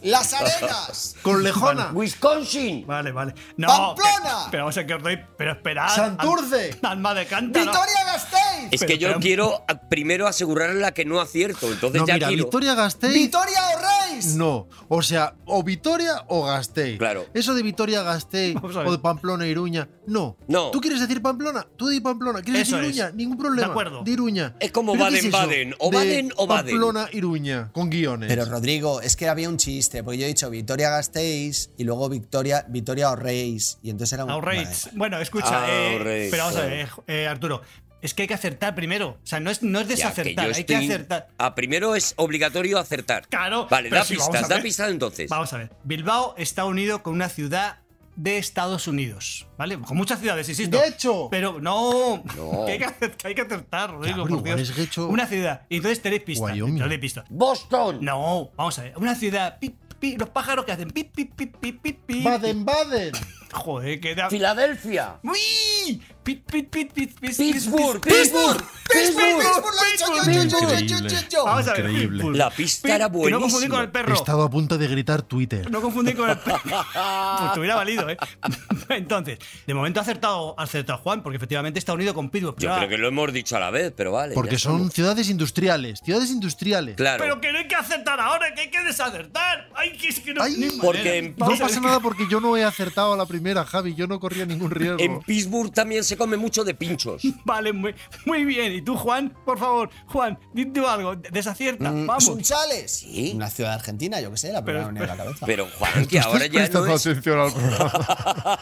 Speaker 5: ¡Las arenas!
Speaker 6: con Lejona.
Speaker 3: Wisconsin.
Speaker 7: Vale, vale. No,
Speaker 5: ¡Pamplona!
Speaker 7: que- pero vamos a que os doy. Pero esperad.
Speaker 6: Santurce.
Speaker 7: al- Alma de cántaro.
Speaker 5: ¡Victoria Gasteiz!
Speaker 3: Es
Speaker 7: Pero,
Speaker 3: que yo
Speaker 7: pero-
Speaker 3: quiero a- primero asegurar la que no acierto. Entonces
Speaker 6: No,
Speaker 3: ya
Speaker 6: mira,
Speaker 3: quiero.
Speaker 6: Victoria Gasteiz.
Speaker 5: ¡Victoria Orreis!
Speaker 6: No, o sea, o Vitoria o Gasteiz.
Speaker 3: Claro.
Speaker 6: Eso de Vitoria Gasteiz
Speaker 7: Vamos a ver.
Speaker 6: o de Pamplona e Iruña, no.
Speaker 3: No.
Speaker 6: ¿Tú quieres decir Pamplona? Tú di Pamplona. ¿Quieres
Speaker 7: Eso
Speaker 6: decir Iruña?
Speaker 7: es.
Speaker 6: Ningún problema.
Speaker 7: De acuerdo.
Speaker 6: Di Iruña.
Speaker 3: Es como
Speaker 6: ¿Pero qué eso
Speaker 3: Baden-Baden, o
Speaker 6: de
Speaker 3: Baden o Baden?
Speaker 6: Pamplona e Iruña con guiones.
Speaker 5: Pero Rodrigo, es que había un chiste, porque yo he dicho Victoria Gasteiz y luego Victoria, Victoria Orreis. Y entonces era un.
Speaker 7: Outrage.
Speaker 5: Vale.
Speaker 7: Bueno, escucha. eh,
Speaker 3: Outrage,
Speaker 7: pero vamos a ver,
Speaker 3: vale.
Speaker 7: eh, jo- eh, Arturo. Es que hay que acertar primero. O sea, no es, no es
Speaker 3: Ya, que yo
Speaker 7: desacertar, hay que
Speaker 3: estoy-
Speaker 7: acertar.
Speaker 3: Ah, primero es obligatorio acertar.
Speaker 7: Claro,
Speaker 3: Vale,
Speaker 7: pero
Speaker 3: da
Speaker 7: sí, vamos
Speaker 3: pistas,
Speaker 7: a
Speaker 3: da
Speaker 7: ver.
Speaker 3: pistas entonces.
Speaker 7: Vamos a ver. Bilbao está unido con una ciudad de Estados Unidos, ¿vale? Con muchas ciudades, insisto.
Speaker 6: De hecho.
Speaker 7: Pero no,
Speaker 3: No.
Speaker 7: Que, hay que, acer- que hay que acertar, Rodrigo,
Speaker 6: pero
Speaker 7: por
Speaker 6: igual
Speaker 7: Dios.
Speaker 6: es Guecho.
Speaker 7: Una ciudad. Y entonces tenéis pistas.
Speaker 6: Wyoming.
Speaker 7: Yo le he visto.
Speaker 3: Boston.
Speaker 7: No, vamos a ver. Una ciudad. pi, pi, los pájaros que hacen pip, pip, pip, pip, pip, pip.
Speaker 6: Baden Baden.
Speaker 7: Joder, que da.
Speaker 3: Filadelfia.
Speaker 7: ¡Uy! Pip, pip, pip, pip, pip,
Speaker 3: Pittsburgh.
Speaker 7: pip, pip.
Speaker 3: Pittsburgh. Pittsburgh.
Speaker 5: Pittsburgh, lo he dicho yo, yo, yo, yo, yo, yo, yo.
Speaker 7: Vamos a ver.
Speaker 6: Increíble.
Speaker 7: Pittsburgh.
Speaker 3: La pista era
Speaker 7: Que No confundí
Speaker 3: buenísima.
Speaker 7: con el
Speaker 6: He
Speaker 7: perro.
Speaker 6: estado a punto de gritar Twitter.
Speaker 7: No confundí con el perro. Pues te hubiera valido, ¿eh? Entonces, de momento ha acertado, ha acertado Juan, porque efectivamente está unido con Pittsburgh.
Speaker 3: Yo
Speaker 7: pero-
Speaker 3: creo que lo hemos dicho a la vez, pero vale.
Speaker 6: Porque
Speaker 3: ya
Speaker 6: son
Speaker 3: estamos.
Speaker 6: ciudades industriales. Ciudades industriales.
Speaker 3: Claro.
Speaker 7: Pero que no hay que acertar ahora, que hay que desacertar. Ay, que es que no.
Speaker 6: Ay,
Speaker 7: no hay manera.
Speaker 3: porque-
Speaker 6: No
Speaker 7: Vamos a
Speaker 6: pasa
Speaker 7: ver.
Speaker 6: nada porque yo no he acertado a la primera, Javi. Yo no corría ningún riesgo.
Speaker 3: En Pittsburgh también se come mucho de pinchos.
Speaker 7: Vale, muy, muy bien. ¿Y tú, Juan? Por favor, Juan, dite algo. Desacierta.
Speaker 5: Mm,
Speaker 7: Vamos.
Speaker 5: Sunchales.
Speaker 3: Sí.
Speaker 5: Una ciudad argentina, yo qué sé, la primera que me viene a la cabeza.
Speaker 3: Pero Juan, que ahora ya no
Speaker 6: Prestando
Speaker 3: es.
Speaker 6: atención al programa.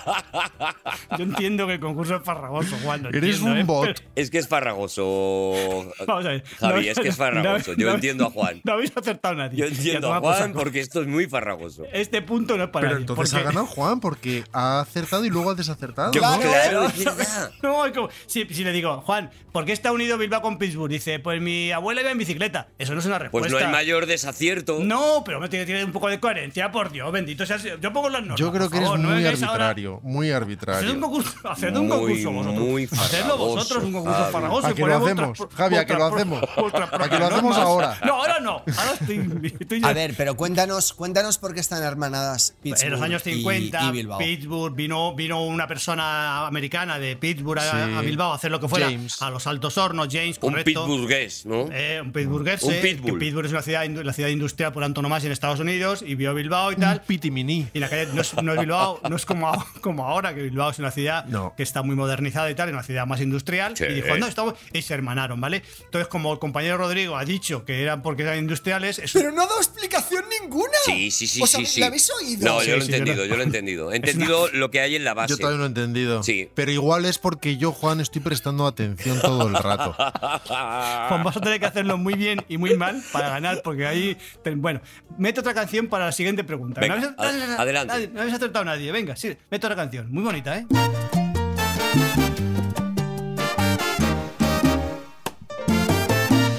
Speaker 7: Yo entiendo que el concurso es farragoso, Juan. lo
Speaker 6: Eres
Speaker 7: entiendo,
Speaker 6: un
Speaker 7: ¿eh?
Speaker 6: bot.
Speaker 7: Pero-
Speaker 3: Es que es farragoso.
Speaker 7: Vamos a ver.
Speaker 3: Javi,
Speaker 7: No-
Speaker 3: es que es
Speaker 7: no-
Speaker 3: farragoso.
Speaker 7: no-
Speaker 3: Yo
Speaker 7: no-
Speaker 3: entiendo a Juan.
Speaker 7: No habéis acertado a nadie.
Speaker 3: Yo
Speaker 7: Y a
Speaker 3: entiendo
Speaker 7: tomar
Speaker 3: a
Speaker 7: por
Speaker 3: Juan
Speaker 7: saco.
Speaker 3: porque esto es muy farragoso.
Speaker 7: Este punto no es para
Speaker 6: Pero
Speaker 7: nadie,
Speaker 6: entonces ha
Speaker 7: porque-
Speaker 6: ganado Juan porque ha acertado y luego ha desacertado.
Speaker 3: Yo-
Speaker 5: Claro.
Speaker 3: claro, es verdad.
Speaker 7: No, es como- si, si le digo, Juan, ¿por qué está unido Bilbao con Pittsburgh? Dice, pues mi abuela iba en bicicleta. Eso no es una respuesta.
Speaker 3: Pues no hay mayor desacierto.
Speaker 7: No, pero me tiene, tiene un poco de coherencia, por Dios, bendito seas. Yo pongo las normas.
Speaker 6: Yo creo
Speaker 7: por
Speaker 6: que eres
Speaker 7: favor, no
Speaker 6: muy
Speaker 7: vengáis ahora-
Speaker 6: arbitrario, muy
Speaker 7: Haced un
Speaker 6: arbitrario.
Speaker 7: concurso, haced un
Speaker 3: Muy,
Speaker 7: concurso vosotros.
Speaker 3: muy
Speaker 7: Hacedlo
Speaker 3: farragoso,
Speaker 7: vosotros, un concurso
Speaker 3: Javi.
Speaker 7: farragoso.
Speaker 6: ¿A
Speaker 7: y
Speaker 6: que lo
Speaker 7: ponemos
Speaker 6: hacemos,
Speaker 7: vuestras-
Speaker 6: Javi, a que lo
Speaker 7: vuestras-
Speaker 6: hacemos?
Speaker 7: vuestras
Speaker 6: ¿A que lo
Speaker 7: propias
Speaker 6: hacemos
Speaker 7: normas.
Speaker 6: ahora?
Speaker 7: No, ahora no. Ahora estoy, estoy
Speaker 5: A ver, pero cuéntanos, cuéntanos por qué están hermanadas Pittsburgh
Speaker 7: en los años
Speaker 5: y-
Speaker 7: 50,
Speaker 5: y, Bilbao.
Speaker 7: Pittsburgh, vino, vino una persona americana de Pittsburgh a,
Speaker 6: Sí.
Speaker 7: a Bilbao a hacer lo que fuera,
Speaker 6: James.
Speaker 7: a los altos hornos, James,
Speaker 3: Un
Speaker 7: correcto.
Speaker 3: pittsburgués, ¿no?
Speaker 7: Eh, un pittsburguense.
Speaker 3: Un
Speaker 7: que
Speaker 3: pitbull.
Speaker 7: Pittsburgh es una ciudad, indu- la ciudad industrial por antonomasia en Estados Unidos y vio Bilbao y tal.
Speaker 6: Pitiminí.
Speaker 7: Y la calle no es, no es Bilbao, no es como, a- como ahora, que Bilbao es una ciudad
Speaker 6: No.
Speaker 7: que está muy modernizada y tal, es una ciudad más industrial.
Speaker 3: Sí.
Speaker 7: Y dijo, no, estamos. Y se hermanaron, ¿vale? Entonces, como el compañero Rodrigo ha dicho que eran porque eran industriales, es,
Speaker 5: Pero no ha dado explicación ninguna.
Speaker 3: Sí, sí, sí,
Speaker 5: ¿Os
Speaker 3: sí,
Speaker 5: habéis-
Speaker 3: sí.
Speaker 5: ¿La habéis oído?
Speaker 3: No,
Speaker 7: Sí,
Speaker 3: yo lo he
Speaker 7: sí, yo
Speaker 3: entendido,
Speaker 7: no.
Speaker 3: yo lo he entendido. He entendido lo que hay en la base.
Speaker 6: Yo todavía no he entendido.
Speaker 3: Sí.
Speaker 6: Pero igual es porque yo, Juan, estoy prestando atención todo el rato.
Speaker 3: Ah.
Speaker 7: Juan, vas Pues a tener que hacerlo muy bien y muy mal para ganar, porque ahí. te- bueno, meto otra canción para la siguiente pregunta.
Speaker 3: Venga,
Speaker 7: ¿Me habéis-
Speaker 3: ad- adelante.
Speaker 7: Nadie- No habéis acertado a nadie. Venga, sí, meto otra canción. Muy bonita, ¿eh?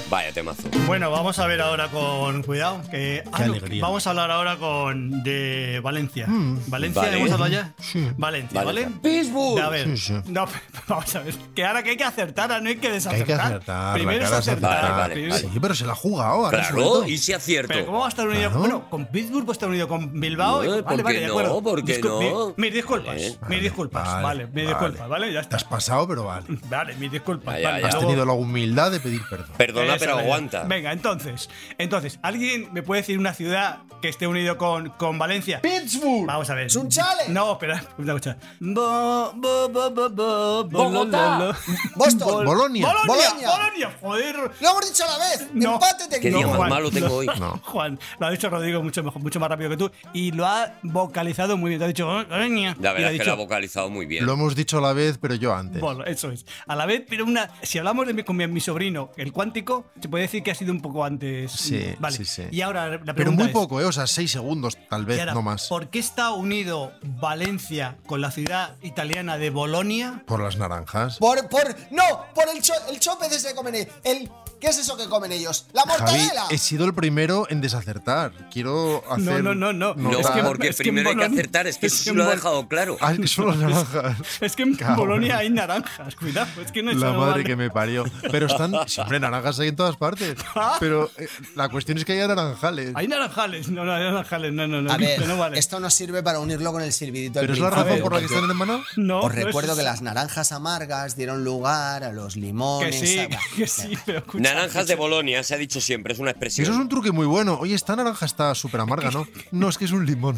Speaker 3: Vaya temazo.
Speaker 7: Bueno, vamos a ver ahora con. Cuidado, que. ah,
Speaker 6: Qué
Speaker 7: no,
Speaker 6: alegría. Mm.
Speaker 7: Vamos a hablar ahora con. de Valencia. ¿Valencia?
Speaker 3: Vale.
Speaker 7: ¿Hemos hablado ya? Valencia, ¿vale?
Speaker 3: Valencia.
Speaker 5: Pittsburgh.
Speaker 7: A ver,
Speaker 6: Sí, sí.
Speaker 7: no, vamos a ver. Que ahora que hay que acertar, ahora no hay que
Speaker 6: hay
Speaker 7: desacertar.
Speaker 6: que acertar.
Speaker 7: Primero
Speaker 6: la
Speaker 7: es
Speaker 6: cara es
Speaker 7: acertar.
Speaker 3: Vale, vale,
Speaker 7: primero-
Speaker 3: vale.
Speaker 6: Sí, pero se la ha jugado. ahora
Speaker 3: Claro, y si acierto.
Speaker 7: Pero ¿cómo va a estar unido?
Speaker 6: Claro.
Speaker 7: Bueno, con Pittsburgh pues está unido con Bilbao. y-
Speaker 3: No, ¿por
Speaker 7: vale, vale,
Speaker 3: qué
Speaker 7: de
Speaker 3: no?
Speaker 7: acuerdo.
Speaker 3: ¿Por qué no?
Speaker 7: mi- mis disculpas,
Speaker 3: Vale.
Speaker 7: mis disculpas. Vale, mis disculpas, ¿vale? Ya
Speaker 6: Te
Speaker 7: está.
Speaker 6: has pasado, pero vale.
Speaker 7: Vale, mis disculpas.
Speaker 3: Ya, ya,
Speaker 7: vale,
Speaker 3: ya.
Speaker 6: Has
Speaker 7: luego-
Speaker 6: tenido la humildad de pedir perdón.
Speaker 3: Perdona,
Speaker 7: Eso,
Speaker 3: pero
Speaker 7: venga.
Speaker 3: aguanta.
Speaker 7: Venga, entonces, entonces, ¿alguien me puede decir una ciudad que esté unido con, con Valencia?
Speaker 6: Pittsburgh.
Speaker 7: Vamos a ver.
Speaker 5: ¡Sunchales!
Speaker 7: No, espera, una cosa. Bo- bo- bo- bo- bo- bo- lo-
Speaker 5: Bogotá.
Speaker 7: lo- lo.
Speaker 5: Boston.
Speaker 7: Bol-
Speaker 6: Bolonia.
Speaker 7: Bolonia. Bolonia.
Speaker 5: Bolonia.
Speaker 7: joder.
Speaker 5: Lo hemos dicho a la vez.
Speaker 7: No.
Speaker 5: Empate
Speaker 3: Qué día
Speaker 5: técnico.
Speaker 3: más
Speaker 7: Juan,
Speaker 3: malo tengo
Speaker 7: lo-
Speaker 3: hoy.
Speaker 6: No.
Speaker 7: Juan, lo ha dicho Rodrigo mucho mejor, mucho más rápido que tú y lo ha vocalizado muy bien. Te ha dicho Bolonia.
Speaker 3: La
Speaker 7: y le
Speaker 3: verdad
Speaker 7: ha
Speaker 3: es que
Speaker 7: dicho,
Speaker 3: la ha vocalizado muy bien.
Speaker 6: Lo hemos dicho a la vez, pero yo antes.
Speaker 7: Bolo, eso es. A la vez, pero una. Si hablamos de mi, con mi, mi sobrino, el cuántico, se puede decir que ha sido sido un poco antes.
Speaker 6: Sí,
Speaker 7: vale.
Speaker 6: sí, sí.
Speaker 7: Y ahora la pregunta
Speaker 6: Pero muy
Speaker 7: es,
Speaker 6: poco, ¿eh? O sea, seis segundos, tal
Speaker 7: y
Speaker 6: vez,
Speaker 7: ahora,
Speaker 6: no más.
Speaker 7: ¿Por qué está unido Valencia con la ciudad italiana de Bolonia?
Speaker 6: Por las naranjas.
Speaker 5: Por, por, no, por el, cho- el chope de ese que comen ellos. El, ¿Qué es eso que comen ellos? ¡La
Speaker 6: Javi,
Speaker 5: mortadela!
Speaker 6: he sido el primero en desacertar. Quiero hacer.
Speaker 7: no, no, no.
Speaker 3: No,
Speaker 7: Es que-
Speaker 3: porque
Speaker 7: es que en
Speaker 3: primero hay que
Speaker 7: Bolonia-
Speaker 3: acertar, es que
Speaker 7: es que
Speaker 3: eso
Speaker 7: en
Speaker 3: lo ha
Speaker 7: Bol-
Speaker 3: dejado claro.
Speaker 6: Ah, que son las naranjas.
Speaker 7: Es que en
Speaker 6: Cabrón.
Speaker 7: Bolonia hay naranjas, cuidado, es que no es
Speaker 6: La
Speaker 7: algo
Speaker 6: madre
Speaker 7: bar-
Speaker 6: que me parió. Pero están siempre naranjas ahí en todas partes.
Speaker 7: Ah.
Speaker 6: Pero eh, la cuestión es que hay naranjales.
Speaker 7: Hay naranjales, no, no, hay naranjales, no, no, no,
Speaker 5: A ver,
Speaker 7: no vale.
Speaker 5: esto nos sirve para unirlo con el silbidito del
Speaker 6: Pero es la
Speaker 5: príncipe,
Speaker 6: razón por la que
Speaker 5: porque
Speaker 6: están hermano.
Speaker 7: No,
Speaker 5: Os
Speaker 7: no es-
Speaker 5: recuerdo que las naranjas amargas dieron lugar a los
Speaker 7: Que
Speaker 5: limones.
Speaker 7: sí,
Speaker 5: a-
Speaker 7: que sí, pero escucha,
Speaker 3: Naranjas de
Speaker 7: escucha.
Speaker 3: Bolonia, se ha dicho siempre, es una
Speaker 6: Sí, Eso es
Speaker 3: expresión.
Speaker 6: un truque muy bueno. Oye, esta naranja está súper amarga, ¿no? No, es que es un limón.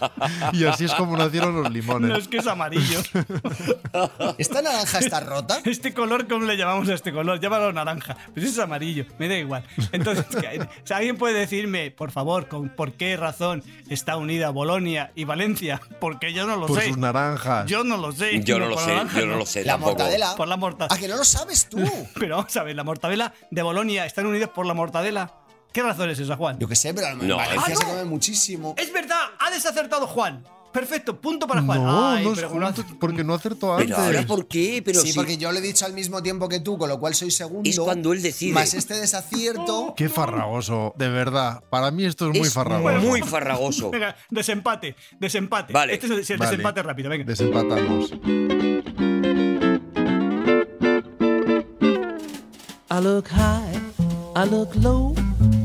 Speaker 6: y así es como nacieron los limones.
Speaker 7: No es que es amarillo.
Speaker 5: ¿Esta naranja está rota?
Speaker 7: Este color, ¿cómo le llamamos a este color? Llámalo naranja. Pero es amarillo, me da igual. Entonces, ¿qué- o sea, ¿alguien puede decirme, por favor, con por qué razón está unida Bolonia y Valencia? Porque yo no lo
Speaker 6: Por
Speaker 7: sé.
Speaker 6: sus naranjas.
Speaker 7: Yo no lo sé.
Speaker 3: Yo no lo
Speaker 7: por
Speaker 3: sé,
Speaker 7: naranja,
Speaker 3: yo no
Speaker 7: no.
Speaker 3: lo sé
Speaker 5: La
Speaker 3: tampoco.
Speaker 5: mortadela.
Speaker 7: Por la mortadela.
Speaker 5: ¿A que no lo sabes tú?
Speaker 7: Pero vamos a ver, la mortadela de Bolonia están unidos por la mortadela. ¿Qué razón es esa, Juan?
Speaker 5: Yo qué sé, pero en
Speaker 3: No.
Speaker 5: Valencia
Speaker 7: Ah, no.
Speaker 5: se come muchísimo.
Speaker 7: Es verdad, ha desacertado Juan. Perfecto, punto para Juan.
Speaker 6: No,
Speaker 7: Ay,
Speaker 6: no es
Speaker 7: pero Juan,
Speaker 6: junto, porque no acertó antes.
Speaker 3: Pero ahora, ¿por qué? Pero
Speaker 5: sí,
Speaker 3: si-
Speaker 5: porque yo lo he dicho al mismo tiempo que tú, con lo cual soy segundo.
Speaker 3: Es cuando él decide.
Speaker 5: Más este desacierto.
Speaker 6: Qué farragoso, de verdad. Para mí esto es muy
Speaker 3: es
Speaker 6: farragoso.
Speaker 3: Muy farragoso.
Speaker 7: Venga, desempate, desempate.
Speaker 3: Vale.
Speaker 7: Este es el, el
Speaker 6: Vale.
Speaker 7: desempate rápido, venga.
Speaker 6: Desempatamos.
Speaker 9: I look high, I look low,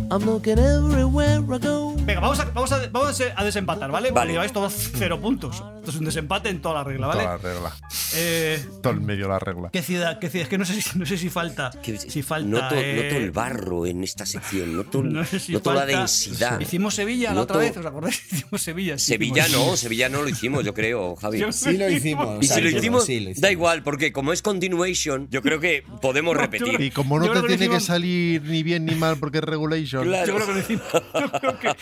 Speaker 9: I'm looking everywhere I go.
Speaker 7: Venga, vamos a, vamos a, vamos a desempatar, ¿vale?
Speaker 3: Vale.
Speaker 7: Porque lleváis todos cero puntos. Esto es un desempate en toda la regla, ¿vale?
Speaker 6: Toda la regla.
Speaker 7: Eh,
Speaker 6: Todo el medio la regla.
Speaker 7: ¿Qué ciudad? ¿Qué ciudad? Es que no sé, si- no sé si falta.
Speaker 3: Que-
Speaker 7: si falta
Speaker 3: noto,
Speaker 7: eh,
Speaker 3: noto el barro en esta sección, noto,
Speaker 7: no sé si
Speaker 3: noto la
Speaker 7: falta-
Speaker 3: densidad.
Speaker 7: Hicimos Sevilla la
Speaker 3: Noto-
Speaker 7: otra vez, ¿os acordáis? Hicimos Sevilla. sí,
Speaker 3: Sevilla
Speaker 7: hicimos-
Speaker 3: no, Sevilla no lo hicimos, yo creo, Javi.
Speaker 7: Yo-
Speaker 5: Sí lo hicimos.
Speaker 3: Y
Speaker 5: o sea,
Speaker 3: si lo
Speaker 5: yo-
Speaker 3: hicimos,
Speaker 5: sí lo hicimos.
Speaker 3: da igual, porque como es continuation, yo creo que podemos
Speaker 6: Y
Speaker 3: repetir.
Speaker 6: como no
Speaker 7: Yo
Speaker 6: te
Speaker 7: creo que
Speaker 6: tiene que
Speaker 7: hicimos-
Speaker 6: salir ni bien ni mal porque es regulation.
Speaker 3: Claro.
Speaker 7: Yo creo que lo hicimos. Yo creo que.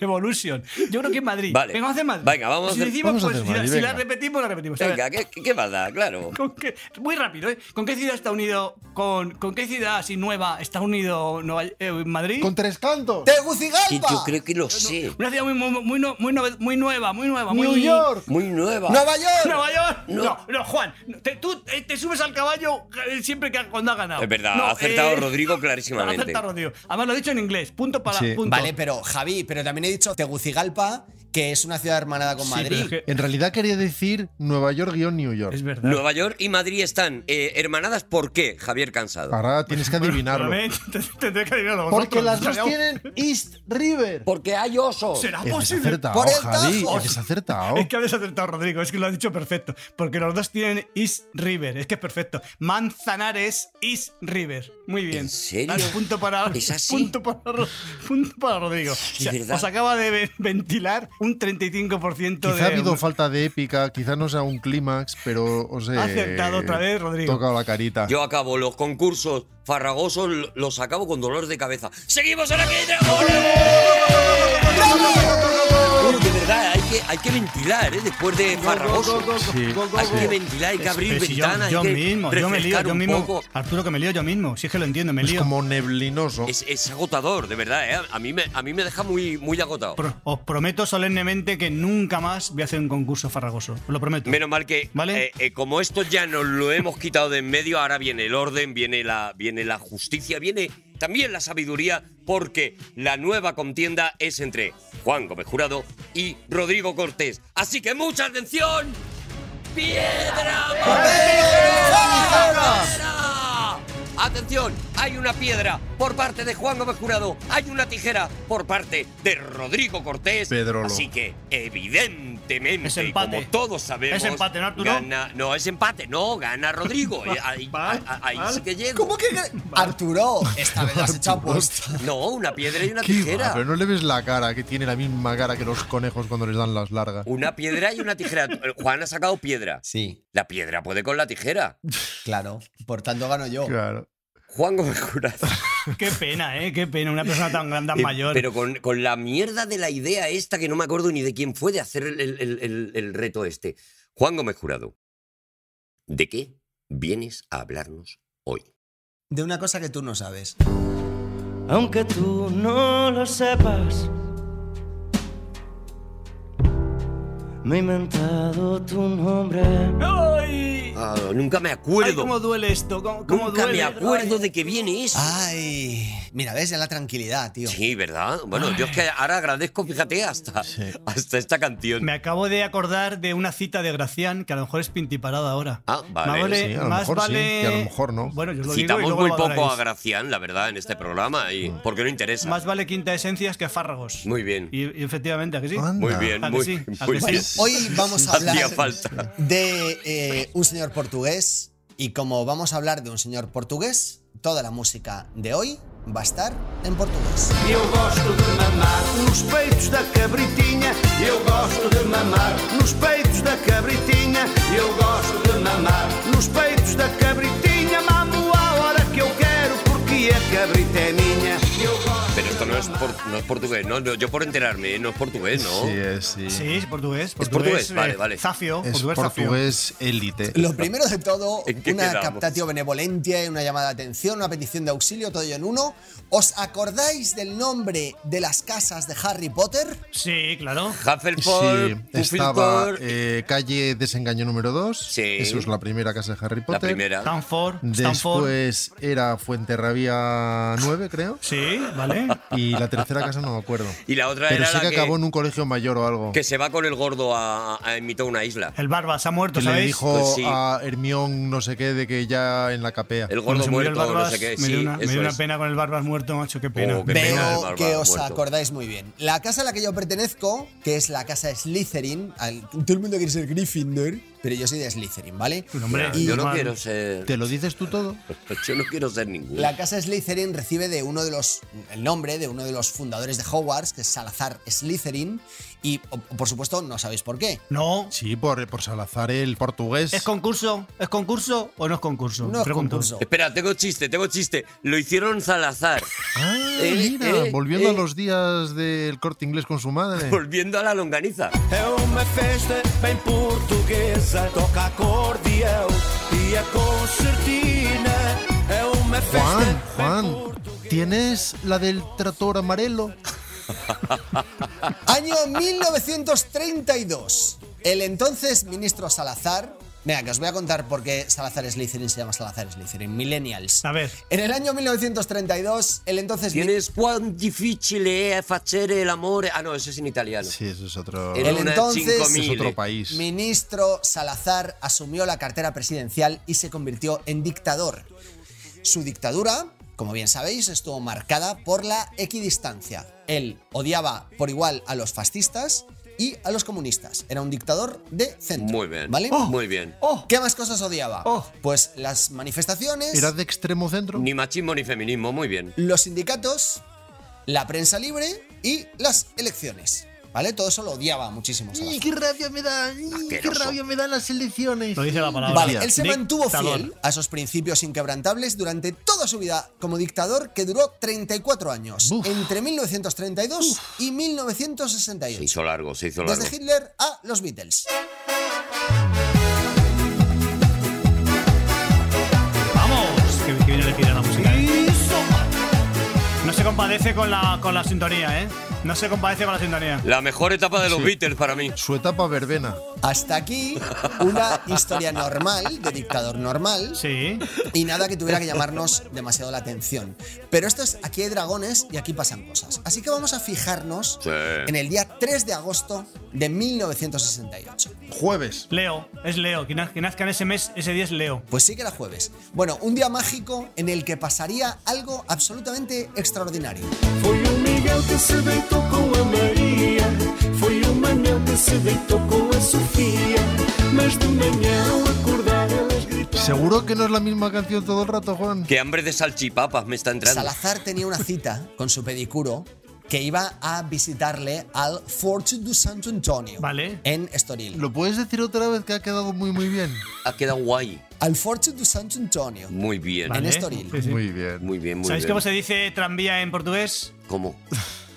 Speaker 7: Evolution. Yo creo que en Madrid.
Speaker 3: Vale.
Speaker 7: Venga, vamos a hacer Madrid.
Speaker 3: Venga, vamos a
Speaker 7: si
Speaker 3: hacer-
Speaker 7: decimos,
Speaker 6: vamos a
Speaker 7: pues,
Speaker 6: hacer
Speaker 7: si, la,
Speaker 6: Madrid,
Speaker 7: si la
Speaker 6: venga.
Speaker 7: repetimos, la repetimos. A ver,
Speaker 3: Venga, ¿qué, qué más da? Claro.
Speaker 7: ¿con qué- muy rápido, ¿eh? ¿Con qué ciudad está unido? ¿Con, con qué ciudad así nueva está unido Nueva- eh, Madrid?
Speaker 6: Con tres cantos.
Speaker 3: Que
Speaker 5: ¡Tegucigalpa!
Speaker 3: yo creo que lo sé.
Speaker 7: Una ciudad muy, muy, muy, no- muy nove- muy nueva, muy nueva. muy
Speaker 6: New York.
Speaker 3: Muy nueva.
Speaker 5: ¡Nueva York!
Speaker 7: Nueva York.
Speaker 3: No.
Speaker 7: No, no, Juan. Te, tú eh, te subes al caballo eh, siempre que cuando ha ganado.
Speaker 3: Es verdad,
Speaker 7: No,
Speaker 3: ha acertado
Speaker 7: eh,
Speaker 3: Rodrigo
Speaker 7: Ha
Speaker 3: clarísimamente.
Speaker 7: acertado Rodrigo. Además lo he dicho en inglés. Punto para.
Speaker 6: Sí.
Speaker 7: Punto.
Speaker 5: Vale, pero Javi, pero también he dicho Tegucigalpa, que es una ciudad hermanada con
Speaker 7: Sí, pero
Speaker 5: Madrid.
Speaker 7: es que-
Speaker 6: En realidad quería decir Nueva York guión New York.
Speaker 7: Es verdad.
Speaker 3: Nueva York y Madrid están eh, hermanadas. ¿Por qué, Javier Cansado?
Speaker 6: Ahora tienes que
Speaker 7: Pero
Speaker 6: adivinarlo.
Speaker 7: a ver, tend- Tendré que adivinarlo vosotros.
Speaker 6: Porque las dos
Speaker 7: ¿Será-
Speaker 6: tienen East River.
Speaker 3: Porque hay osos.
Speaker 7: ¿Será
Speaker 6: He
Speaker 7: posible?
Speaker 6: desacertado,
Speaker 5: ¡Por el
Speaker 6: Javi.
Speaker 5: tajo!
Speaker 6: He
Speaker 3: Oh.
Speaker 6: desacertado.
Speaker 7: Es que habéis acertado, Rodrigo. Es que lo has dicho perfecto. Porque los dos tienen East River. Es que es perfecto. Manzanares East River. Muy bien.
Speaker 3: ¿En serio?
Speaker 7: Dale, punto para,
Speaker 3: ¿Es así?
Speaker 7: Punto para, Ro- punto para Rodrigo.
Speaker 3: De verdad.
Speaker 7: os acaba de ve- ventilar un 35% de.
Speaker 6: Quizá ha habido falta de épica, quizá no sea un clímax, pero os he
Speaker 7: Ha acertado otra vez, Rodrigo.
Speaker 6: Tocado la carita.
Speaker 3: Yo acabo los concursos farragosos, l- los acabo con dolor de cabeza. ¡Seguimos ahora que hay dragones! Uy, de verdad, hay que, hay que ventilar, ¿eh? Después de farragoso.
Speaker 6: Sí,
Speaker 3: Hay
Speaker 6: sí.
Speaker 3: que ventilar, hay que abrir
Speaker 7: Pero si yo,
Speaker 3: ventanas,
Speaker 7: yo
Speaker 3: hay que
Speaker 7: mismo, yo me lío,
Speaker 3: refrescar
Speaker 7: yo
Speaker 3: un
Speaker 7: mismo.
Speaker 3: poco.
Speaker 7: Arturo, que me lío yo mismo. Si es que lo entiendo, me
Speaker 6: Es
Speaker 7: lío.
Speaker 6: como neblinoso.
Speaker 3: Es, es agotador, de verdad, ¿eh? A mí me, a mí me deja muy, muy agotado.
Speaker 7: Pro- os prometo solemnemente que nunca más voy a hacer un concurso farragoso. Os lo prometo.
Speaker 3: Menos mal que,
Speaker 7: ¿Vale?
Speaker 3: eh, eh, como esto ya nos lo hemos quitado de en medio, ahora viene el orden, viene la, viene la justicia, viene también la sabiduría, porque la nueva contienda es entre Juan Gómez Jurado y Rodrigo Cortés. Así que mucha atención. ¡Piedra! ¡Tijera! Atención, hay una piedra por parte de Juan Gómez Jurado, hay una tijera por parte de Rodrigo Cortés.
Speaker 6: Pedrolo.
Speaker 3: Así que, evidentemente,
Speaker 7: Es empate.
Speaker 3: como todos sabemos,
Speaker 7: Es empate, ¿no, Arturo?
Speaker 3: gana- no, es empate, no, gana Rodrigo. Eh, ahí
Speaker 7: Vale,
Speaker 3: a- a- ahí
Speaker 7: vale.
Speaker 3: sí que llego.
Speaker 5: ¿Cómo que.? Arturo, esta vez lo has hecho apuesta.
Speaker 3: No, una piedra y una
Speaker 6: Qué
Speaker 3: tijera.
Speaker 6: va, pero no le ves la cara, que tiene la misma cara que los conejos cuando les dan las largas.
Speaker 3: Una piedra y una tijera. Eh, Juan ha sacado piedra.
Speaker 5: Sí,
Speaker 3: La piedra puede con la tijera.
Speaker 5: claro. Por tanto, gano yo.
Speaker 6: Claro.
Speaker 3: Juan Gómez Jurado.
Speaker 7: Qué pena, ¿eh? Qué pena. Una persona tan grande, tan
Speaker 3: Eh,
Speaker 7: mayor.
Speaker 3: Pero con, con la mierda de la idea esta, que no me acuerdo ni de quién fue, de hacer el, el- el- el- el reto este. Juan Gómez Jurado, ¿de qué vienes a hablarnos hoy?
Speaker 5: De una cosa que tú no sabes.
Speaker 10: aunque tú no lo sepas. Me he inventado tu nombre.
Speaker 7: ¡Ay!
Speaker 3: Ah, nunca me
Speaker 7: Ay,
Speaker 3: acuerdo.
Speaker 7: cómo duele esto, cómo, cómo
Speaker 3: nunca
Speaker 7: duele.
Speaker 3: me acuerdo de que viene eso.
Speaker 5: Ah. Ay, mira, ves, ya la tranquilidad, tío.
Speaker 3: Sí, ¿verdad? Bueno, yo es que ahora agradezco, fíjate, hasta, hasta esta canción.
Speaker 7: Me acabo de acordar de una cita de Gracián que a lo mejor es pintiparada ahora.
Speaker 3: Ah, vale.
Speaker 7: Más vale,
Speaker 6: Sí, a lo
Speaker 7: más
Speaker 6: mejor sí,
Speaker 7: vale-
Speaker 6: y a lo mejor no.
Speaker 7: Bueno, yo os lo digo y
Speaker 3: Citamos
Speaker 7: luego
Speaker 3: muy
Speaker 7: lo
Speaker 3: poco a
Speaker 7: valoráis.
Speaker 3: Gracián, la verdad, en este programa, y porque no interesa.
Speaker 7: Más vale quinta esencias que fárragos.
Speaker 3: Muy bien,
Speaker 7: Y, y efectivamente, ¿a que sí?
Speaker 6: Anda.
Speaker 3: muy bien,
Speaker 7: ¿A que
Speaker 3: muy,
Speaker 7: sí? ¿A
Speaker 3: muy
Speaker 7: que sí?
Speaker 5: Bueno,
Speaker 3: bien.
Speaker 5: hoy vamos a
Speaker 3: Hacía
Speaker 5: hablar
Speaker 3: falta.
Speaker 5: de eh, un señor portugués y como vamos a hablar de un señor portugués, toda la música de hoy va a estar en portugués.
Speaker 11: Eu gosto de mamar nos peitos da cabritinha. Eu gosto de mamar nos peitos da cabritinha. Eu gosto de mamar nos peitos da cabritinha. Mamo a hora que eu quero porque a cabrita é minha. Eu gosto
Speaker 3: Pero esto no es, por- no es portugués, no, no, yo por enterarme, ¿eh? no es portugués, ¿no?
Speaker 6: Sí, es, sí.
Speaker 7: Sí, es portugués. portugués
Speaker 3: portugués, vale,
Speaker 7: eh,
Speaker 3: vale.
Speaker 7: Zafio,
Speaker 6: Es
Speaker 7: portugués, zafio.
Speaker 6: portugués élite.
Speaker 5: Lo primero de todo,
Speaker 3: ¿En qué
Speaker 5: una
Speaker 3: quedamos?
Speaker 5: captatio benevolentia, una llamada de atención, una petición de auxilio, todo ello en uno. ¿Os acordáis del nombre de las casas de Harry Potter?
Speaker 7: Sí, claro.
Speaker 3: Hufflepuff,
Speaker 6: Sí, estaba
Speaker 3: Pufflepuff,
Speaker 6: eh, calle Desengaño número 2.
Speaker 3: Sí.
Speaker 6: Eso es la primera casa de Harry
Speaker 3: la
Speaker 6: Potter.
Speaker 3: primera.
Speaker 7: Stanford, Stanford.
Speaker 6: Después era Fuenterrabía 9, creo.
Speaker 7: Sí, vale.
Speaker 6: Y la tercera casa no me acuerdo.
Speaker 3: Y la otra
Speaker 6: Pero
Speaker 3: era
Speaker 6: sí
Speaker 3: la
Speaker 6: que
Speaker 3: que-
Speaker 6: acabó en un colegio mayor o algo.
Speaker 3: Que se va con el gordo a, a imitar una isla.
Speaker 7: El Barbas ha muerto,
Speaker 6: Que le
Speaker 7: ¿sabéis?
Speaker 6: dijo
Speaker 3: Pues sí.
Speaker 6: a Hermión no sé qué de que ya en la capea.
Speaker 3: El
Speaker 7: Cuando
Speaker 3: gordo
Speaker 7: se murió
Speaker 3: muerto,
Speaker 7: el
Speaker 3: no
Speaker 7: Barbas,
Speaker 3: sé qué.
Speaker 7: me
Speaker 3: sí,
Speaker 7: dio una, me
Speaker 3: eso
Speaker 7: dio una
Speaker 3: es.
Speaker 7: pena con el Barbas muerto, macho, qué pena.
Speaker 3: Oh, qué pena. el
Speaker 5: Veo
Speaker 3: malvado
Speaker 5: que os
Speaker 3: muerto.
Speaker 5: acordáis muy bien. La casa a la que yo pertenezco, que es la casa Slytherin, al- todo el mundo quiere ser Gryffindor, pero yo soy de Slytherin, ¿vale?
Speaker 7: Tu nombre,
Speaker 5: Y-
Speaker 3: Yo no
Speaker 7: normal.
Speaker 3: quiero ser.
Speaker 6: ¿Te lo dices tú todo?
Speaker 3: Yo no quiero ser ninguno.
Speaker 5: La casa Slytherin recibe de uno de los el nombre de uno de los fundadores de Hogwarts, que es Salazar Slytherin, y o- por supuesto no sabéis por qué.
Speaker 7: No.
Speaker 6: Sí, por, por Salazar el portugués.
Speaker 7: ¿Es concurso? ¿Es concurso o no es concurso?
Speaker 5: No es
Speaker 7: Pregunto.
Speaker 5: concurso.
Speaker 3: Espera, tengo chiste, tengo chiste. Lo hicieron Salazar.
Speaker 6: Ah,
Speaker 3: Eh,
Speaker 6: mira,
Speaker 3: eh,
Speaker 6: volviendo
Speaker 3: eh.
Speaker 6: a los días del corte inglés con su madre.
Speaker 3: Volviendo a la longaniza.
Speaker 11: É uma festa bem portuguesa. Toca acordeão e a concertina. É uma festa.
Speaker 6: Juan,
Speaker 11: bem
Speaker 6: Juan, ¿tienes la del trator amarelo?
Speaker 5: Año 1932. El entonces ministro Salazar. Venga, que os voy a contar por qué Salazar Slytherin se llama Salazar Slytherin. Millennials.
Speaker 7: A ver.
Speaker 5: En el año 1932, el entonces. mi-
Speaker 3: ¿Tienes cuán difícil es hacer el amor? Ah, no, eso es en italiano.
Speaker 6: Sí, eso es otro,
Speaker 3: Era
Speaker 5: El
Speaker 3: una
Speaker 5: entonces-
Speaker 3: 5000.
Speaker 6: es otro país.
Speaker 5: Ministro Salazar asumió la cartera presidencial y se convirtió en dictador. Su dictadura, como bien sabéis, estuvo marcada por la equidistancia. Él odiaba por igual a los fascistas y a los comunistas. Era un dictador de centro.
Speaker 3: Muy bien.
Speaker 5: ¿Vale?
Speaker 6: Oh,
Speaker 3: Muy bien.
Speaker 5: ¿Qué más cosas odiaba?
Speaker 7: Oh.
Speaker 5: Pues las manifestaciones,
Speaker 6: ¿Era de extremo centro?
Speaker 3: Ni machismo ni feminismo, muy bien.
Speaker 5: los sindicatos, la prensa libre y las elecciones. ¿Vale? Todo eso lo odiaba muchísimo. Salazar.
Speaker 6: qué rabia me da! ¡Y qué
Speaker 3: Asqueroso.
Speaker 6: rabia me dan las elecciones!
Speaker 7: Lo dice la palabra.
Speaker 5: Vale,
Speaker 7: Gracias.
Speaker 5: él se
Speaker 7: Nick
Speaker 5: mantuvo
Speaker 7: Tador.
Speaker 5: fiel a esos principios inquebrantables durante toda su vida como dictador que duró 34 años,
Speaker 6: Buf.
Speaker 5: entre 1932 y
Speaker 3: Se
Speaker 5: 1968.
Speaker 3: hizo largo, se hizo largo.
Speaker 5: Desde Hitler a los Beatles.
Speaker 7: ¡Vamos! Que, que viene de pira la música. ¿eh? No se compadece con la, con la sintonía, ¿eh? No se compadece con la sintonía.
Speaker 3: La mejor etapa de los Beatles para mí.
Speaker 6: Su etapa verbena.
Speaker 5: Hasta aquí una historia normal, de dictador normal,
Speaker 7: Sí.
Speaker 5: y nada que tuviera que llamarnos demasiado la atención. Pero esto es, aquí hay dragones y aquí pasan cosas. Así que vamos a fijarnos
Speaker 3: Sí.
Speaker 5: en el día 3 de agosto de 1968.
Speaker 6: Jueves.
Speaker 7: Leo, es Leo. Quien naz- quien nazca en ese mes, ese día es Leo.
Speaker 5: Pues sí que era jueves. Bueno, un día mágico en el que pasaría algo absolutamente extraordinario.
Speaker 11: Foi o Miguel que se deitou com a Maria. Foi o Manel que se deitou com a Sofia. Mas de manhã ao acordar elas gritaram.
Speaker 6: Seguro que no es la misma canción todo el rato, Juan.
Speaker 3: Qué hambre de salchipapas me está entrando.
Speaker 5: Salazar tenía una cita con su pedicuro que iba a visitarle al Forte de Santo Antonio
Speaker 7: Vale.
Speaker 5: en Estoril.
Speaker 6: ¿Lo puedes decir otra vez que ha quedado muy, muy bien?
Speaker 3: Ha quedado guay.
Speaker 5: Al Forte de Santo Antonio.
Speaker 3: Muy bien.
Speaker 7: Vale.
Speaker 5: Estoril.
Speaker 7: Sí, sí.
Speaker 6: Muy bien.
Speaker 3: Muy bien, muy
Speaker 7: ¿Sabéis
Speaker 3: bien.
Speaker 7: cómo se dice tranvía en portugués?
Speaker 3: ¿Cómo?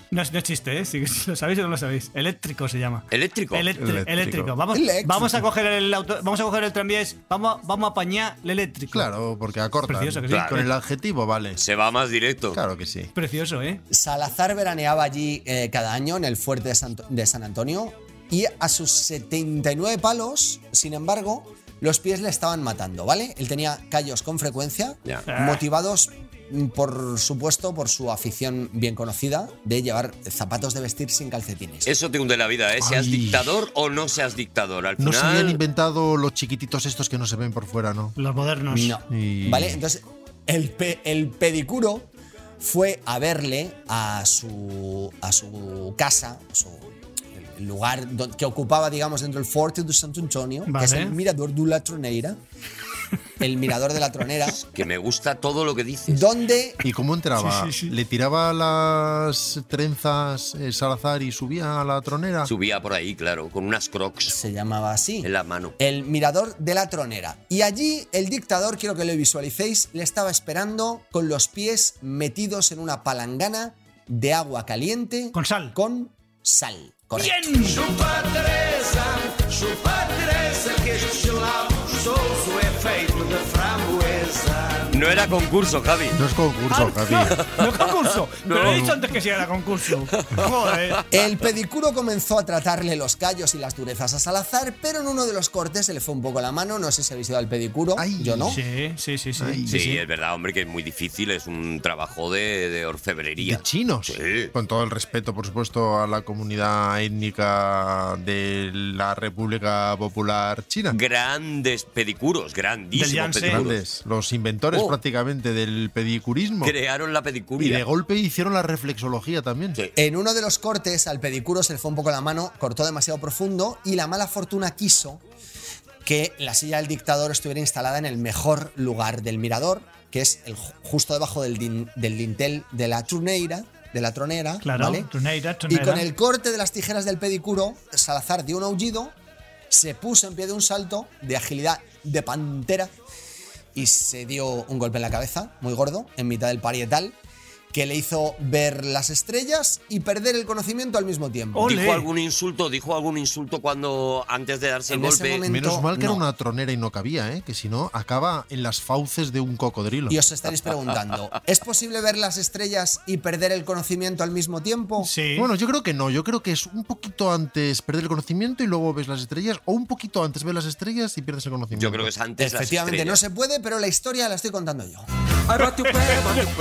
Speaker 7: No, es- no es chiste, ¿eh? Si, si lo sabéis o no lo sabéis. Eléctrico se llama.
Speaker 3: ¿Eléctrico?
Speaker 7: Eléctri-
Speaker 3: Eléctrico.
Speaker 7: eléctrico. Vamos,
Speaker 3: Eléctrico.
Speaker 7: vamos a coger el auto, vamos a coger el tranvía, vamos, a- vamos a apañar el eléctrico.
Speaker 6: Claro, porque acorta.
Speaker 7: Precioso que sí.
Speaker 6: Con el adjetivo, vale.
Speaker 3: Se va más directo.
Speaker 6: Claro que sí.
Speaker 7: Precioso, ¿eh?
Speaker 5: Salazar veraneaba allí eh, cada año en el fuerte de San, de San Antonio y a sus 79 palos, sin embargo, los pies le estaban matando, ¿vale? Él tenía callos con frecuencia,
Speaker 3: Ya.
Speaker 5: motivados mm, por supuesto por su afición bien conocida de llevar zapatos de vestir sin calcetines.
Speaker 3: Eso te hunde la vida, ¿eh? Seas
Speaker 6: Ay.
Speaker 3: dictador o no seas dictador. Al
Speaker 6: No se habían
Speaker 3: final.
Speaker 6: inventado los chiquititos estos que no se ven por fuera, ¿no?
Speaker 7: Los modernos.
Speaker 5: No.
Speaker 6: Y-
Speaker 5: ¿Vale? Entonces, el, pe- el pedicuro fue a verle a su, a su casa, a su- el lugar do- que ocupaba, digamos, dentro del Forte de Santo Antonio, que
Speaker 7: Vale.
Speaker 5: es el Mirador de la Tronera, el Mirador de la Tronera,
Speaker 3: Que me gusta todo lo que dices.
Speaker 5: donde
Speaker 6: ¿Y cómo entraba?
Speaker 7: Sí, sí, sí.
Speaker 6: ¿Le tiraba las trenzas eh, Salazar y subía a la tronera?
Speaker 3: Subía por ahí, claro, con unas crocs
Speaker 5: se llamaba así.
Speaker 3: en la mano.
Speaker 5: El Mirador de la Tronera. Y allí el dictador, quiero que lo visualicéis, le estaba esperando con los pies metidos en una palangana de agua caliente
Speaker 7: Con sal.
Speaker 5: con sal. Correcto.
Speaker 7: ¡Bien!
Speaker 11: Chupa Teresa, chupa Teresa, que este lá gostoso é feito de framboesa.
Speaker 3: No era concurso, Javi.
Speaker 6: No es concurso, Javi.
Speaker 7: No es concurso. Pero he dicho antes que sí era concurso. Joder.
Speaker 5: El pedicuro comenzó a tratarle los callos y las durezas a Salazar, pero en uno de los cortes se le fue un poco la mano. No sé si habéis ido al pedicuro.
Speaker 6: Ay,
Speaker 5: yo no.
Speaker 7: Sí, sí, sí, sí.
Speaker 6: Ay.
Speaker 3: Sí, es verdad, hombre, que es muy difícil, es un trabajo de, de orfebrería.
Speaker 6: De chinos.
Speaker 3: Sí.
Speaker 6: Con todo el respeto, por supuesto, a la comunidad étnica de la República Popular China.
Speaker 3: Grandes pedicuros,
Speaker 7: Del
Speaker 3: grandísimos
Speaker 7: Yangtze.
Speaker 3: pedicuros.
Speaker 6: Grandes, los inventores
Speaker 3: Oh.
Speaker 6: prácticamente del pedicurismo.
Speaker 3: Crearon la
Speaker 6: Y de
Speaker 3: pedicuria.
Speaker 6: golpe hicieron la reflexología también.
Speaker 3: Sí.
Speaker 5: En uno de los cortes al pedicuro se le fue un poco la mano, cortó demasiado profundo y la mala fortuna quiso que la silla del dictador estuviera instalada en el mejor lugar del mirador, que es el ju- justo debajo del, din- del dintel de la Truneira, de la tronera,
Speaker 7: Claro,
Speaker 5: ¿vale?
Speaker 7: Tronera,
Speaker 5: Y
Speaker 7: Tronera.
Speaker 5: con el corte de las tijeras del pedicuro, Salazar dio un aullido, se puso en pie de un salto de agilidad de pantera y se dio un golpe en la cabeza, muy gordo, en mitad del parietal, que le hizo ver las estrellas y perder el conocimiento al mismo tiempo.
Speaker 7: Ole.
Speaker 3: Dijo algún insulto, dijo algún insulto cuando antes de darse el
Speaker 5: En ese
Speaker 3: golpe.
Speaker 5: momento-
Speaker 6: Menos mal que
Speaker 5: no.
Speaker 6: era una tronera y no cabía, ¿eh? que si no, acaba en las fauces de un cocodrilo.
Speaker 5: Y os estaréis preguntando, ¿es posible ver las estrellas y perder el conocimiento al mismo tiempo?
Speaker 7: Sí.
Speaker 6: Bueno, yo creo que no, yo creo que es un poquito antes perder el conocimiento y luego ves las estrellas, o un poquito antes ves las estrellas y pierdes el conocimiento.
Speaker 3: Yo creo que es antes las
Speaker 5: Efectivamente, no
Speaker 3: estrellas.
Speaker 5: se puede, pero la historia la estoy contando yo.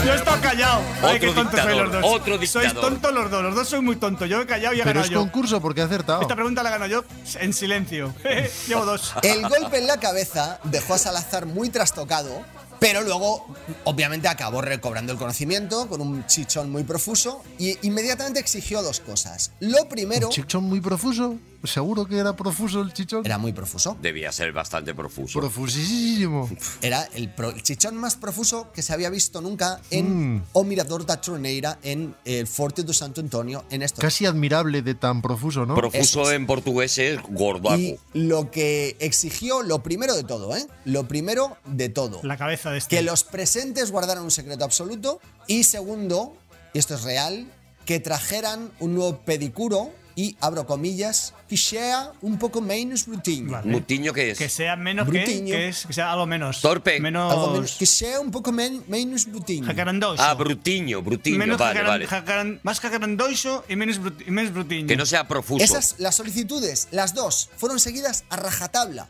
Speaker 7: Yo he estado callado. Ay,
Speaker 3: Otro
Speaker 7: qué tontos sois
Speaker 3: dictador,
Speaker 7: los dos.
Speaker 3: otro
Speaker 7: Sois
Speaker 3: dictador.
Speaker 7: tontos los dos. Los dos sois muy tontos. Yo he callado y he
Speaker 6: Pero
Speaker 7: ganado
Speaker 6: es
Speaker 7: yo.
Speaker 6: concurso porque he acertado.
Speaker 7: Esta pregunta la gano yo en silencio. Llevo dos.
Speaker 5: El golpe en la cabeza dejó a Salazar muy trastocado, pero luego, obviamente, acabó recobrando el conocimiento con un chichón muy profuso y inmediatamente exigió dos cosas. Lo primero
Speaker 6: Un chichón muy profuso. Seguro que era profuso el chichón.
Speaker 5: era muy profuso,
Speaker 3: Debía ser bastante profuso.
Speaker 6: profusísimo.
Speaker 5: era el, pro- el chichón más profuso que se había visto nunca en
Speaker 6: Mm.
Speaker 5: O Mirador da Troneira, en el Forte do Santo Antonio, en estos
Speaker 6: Casi admirable de tan profuso, ¿no?
Speaker 3: Profuso
Speaker 5: Eso es.
Speaker 3: en portugués es gordaco.
Speaker 5: Y lo que exigió, lo primero de todo, ¿eh? Lo primero de todo.
Speaker 7: La cabeza de este.
Speaker 5: que los presentes guardaran un secreto absoluto y segundo, y esto es real, que trajeran un nuevo pedicuro y abro comillas, que sea un poco menos routine.
Speaker 7: Vale.
Speaker 3: Mutiño que es.
Speaker 7: Que sea menos que,
Speaker 5: Brutiño.
Speaker 7: que es- que sea algo menos.
Speaker 3: Torpe.
Speaker 5: Algo menos-
Speaker 7: Menos.
Speaker 5: que sea un poco men- menos routine.
Speaker 7: Jacarandoso.
Speaker 3: ah, brutiño, brutiño,
Speaker 7: menos
Speaker 3: vale,
Speaker 7: jacaran-
Speaker 3: vale.
Speaker 7: jacaran- más jacarandoso y menos, brut- y menos brutiño.
Speaker 3: Que no sea profuso.
Speaker 5: Esas, las solicitudes, las dos, fueron seguidas a rajatabla.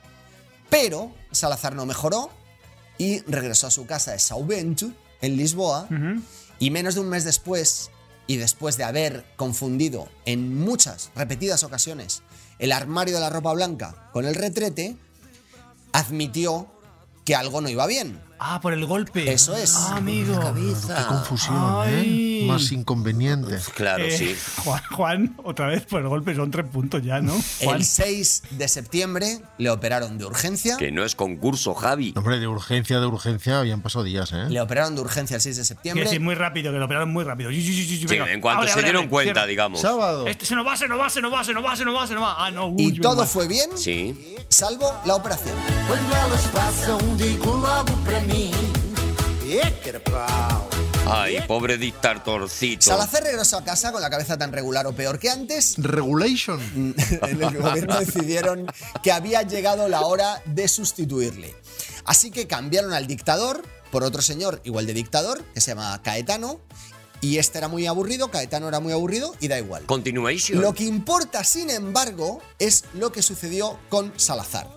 Speaker 5: Pero Salazar no mejoró y regresó a su casa de Sauventu, en Lisboa,
Speaker 7: Ujú.
Speaker 5: Y menos de un mes después, y después de haber confundido en muchas repetidas ocasiones el armario de la ropa blanca con el retrete, admitió que algo no iba bien.
Speaker 7: Ah, por el golpe.
Speaker 5: Eso es.
Speaker 7: Ah, amigo.
Speaker 6: Qué confusión,
Speaker 7: Ay.
Speaker 6: ¿eh? Más inconveniente.
Speaker 3: Claro,
Speaker 7: Eh,
Speaker 3: sí.
Speaker 7: Juan, Juan, otra vez por el golpe son tres puntos ya, ¿no? Juan.
Speaker 5: El 6 de septiembre le operaron de urgencia.
Speaker 3: Que no es concurso, Javi.
Speaker 6: Hombre, de urgencia, de urgencia, habían pasado días, ¿eh?
Speaker 5: Le operaron de urgencia el 6 de
Speaker 7: Quiero
Speaker 5: septiembre.
Speaker 7: decir, muy rápido, que lo operaron muy rápido. Sí, sí, sí, sí,
Speaker 3: Sí,
Speaker 7: venga.
Speaker 3: en cuanto
Speaker 7: Abre,
Speaker 3: se
Speaker 7: abre,
Speaker 3: dieron
Speaker 7: abre,
Speaker 3: cuenta,
Speaker 7: cierra.
Speaker 3: digamos.
Speaker 6: Sábado.
Speaker 7: Este se nos va, se nos va, se nos va, se nos va, se nos va, se nos va. Ah, no, uy,
Speaker 5: Y
Speaker 7: menos
Speaker 5: todo
Speaker 7: mal.
Speaker 5: fue bien,
Speaker 3: Sí.
Speaker 5: salvo la operación.
Speaker 11: Quando elas passam, digo logo para mim: é carpal.
Speaker 3: Ay, pobre dictatorcito.
Speaker 5: Salazar regresó a casa con la cabeza tan regular o peor que antes.
Speaker 6: Regulation.
Speaker 5: en el gobierno decidieron que había llegado la hora de sustituirle. Así que cambiaron al dictador por otro señor igual de dictador, que se llama Caetano. Y este era muy aburrido, Caetano era muy aburrido y da igual.
Speaker 3: Continuation.
Speaker 5: Lo que importa, sin embargo, es lo que sucedió con Salazar.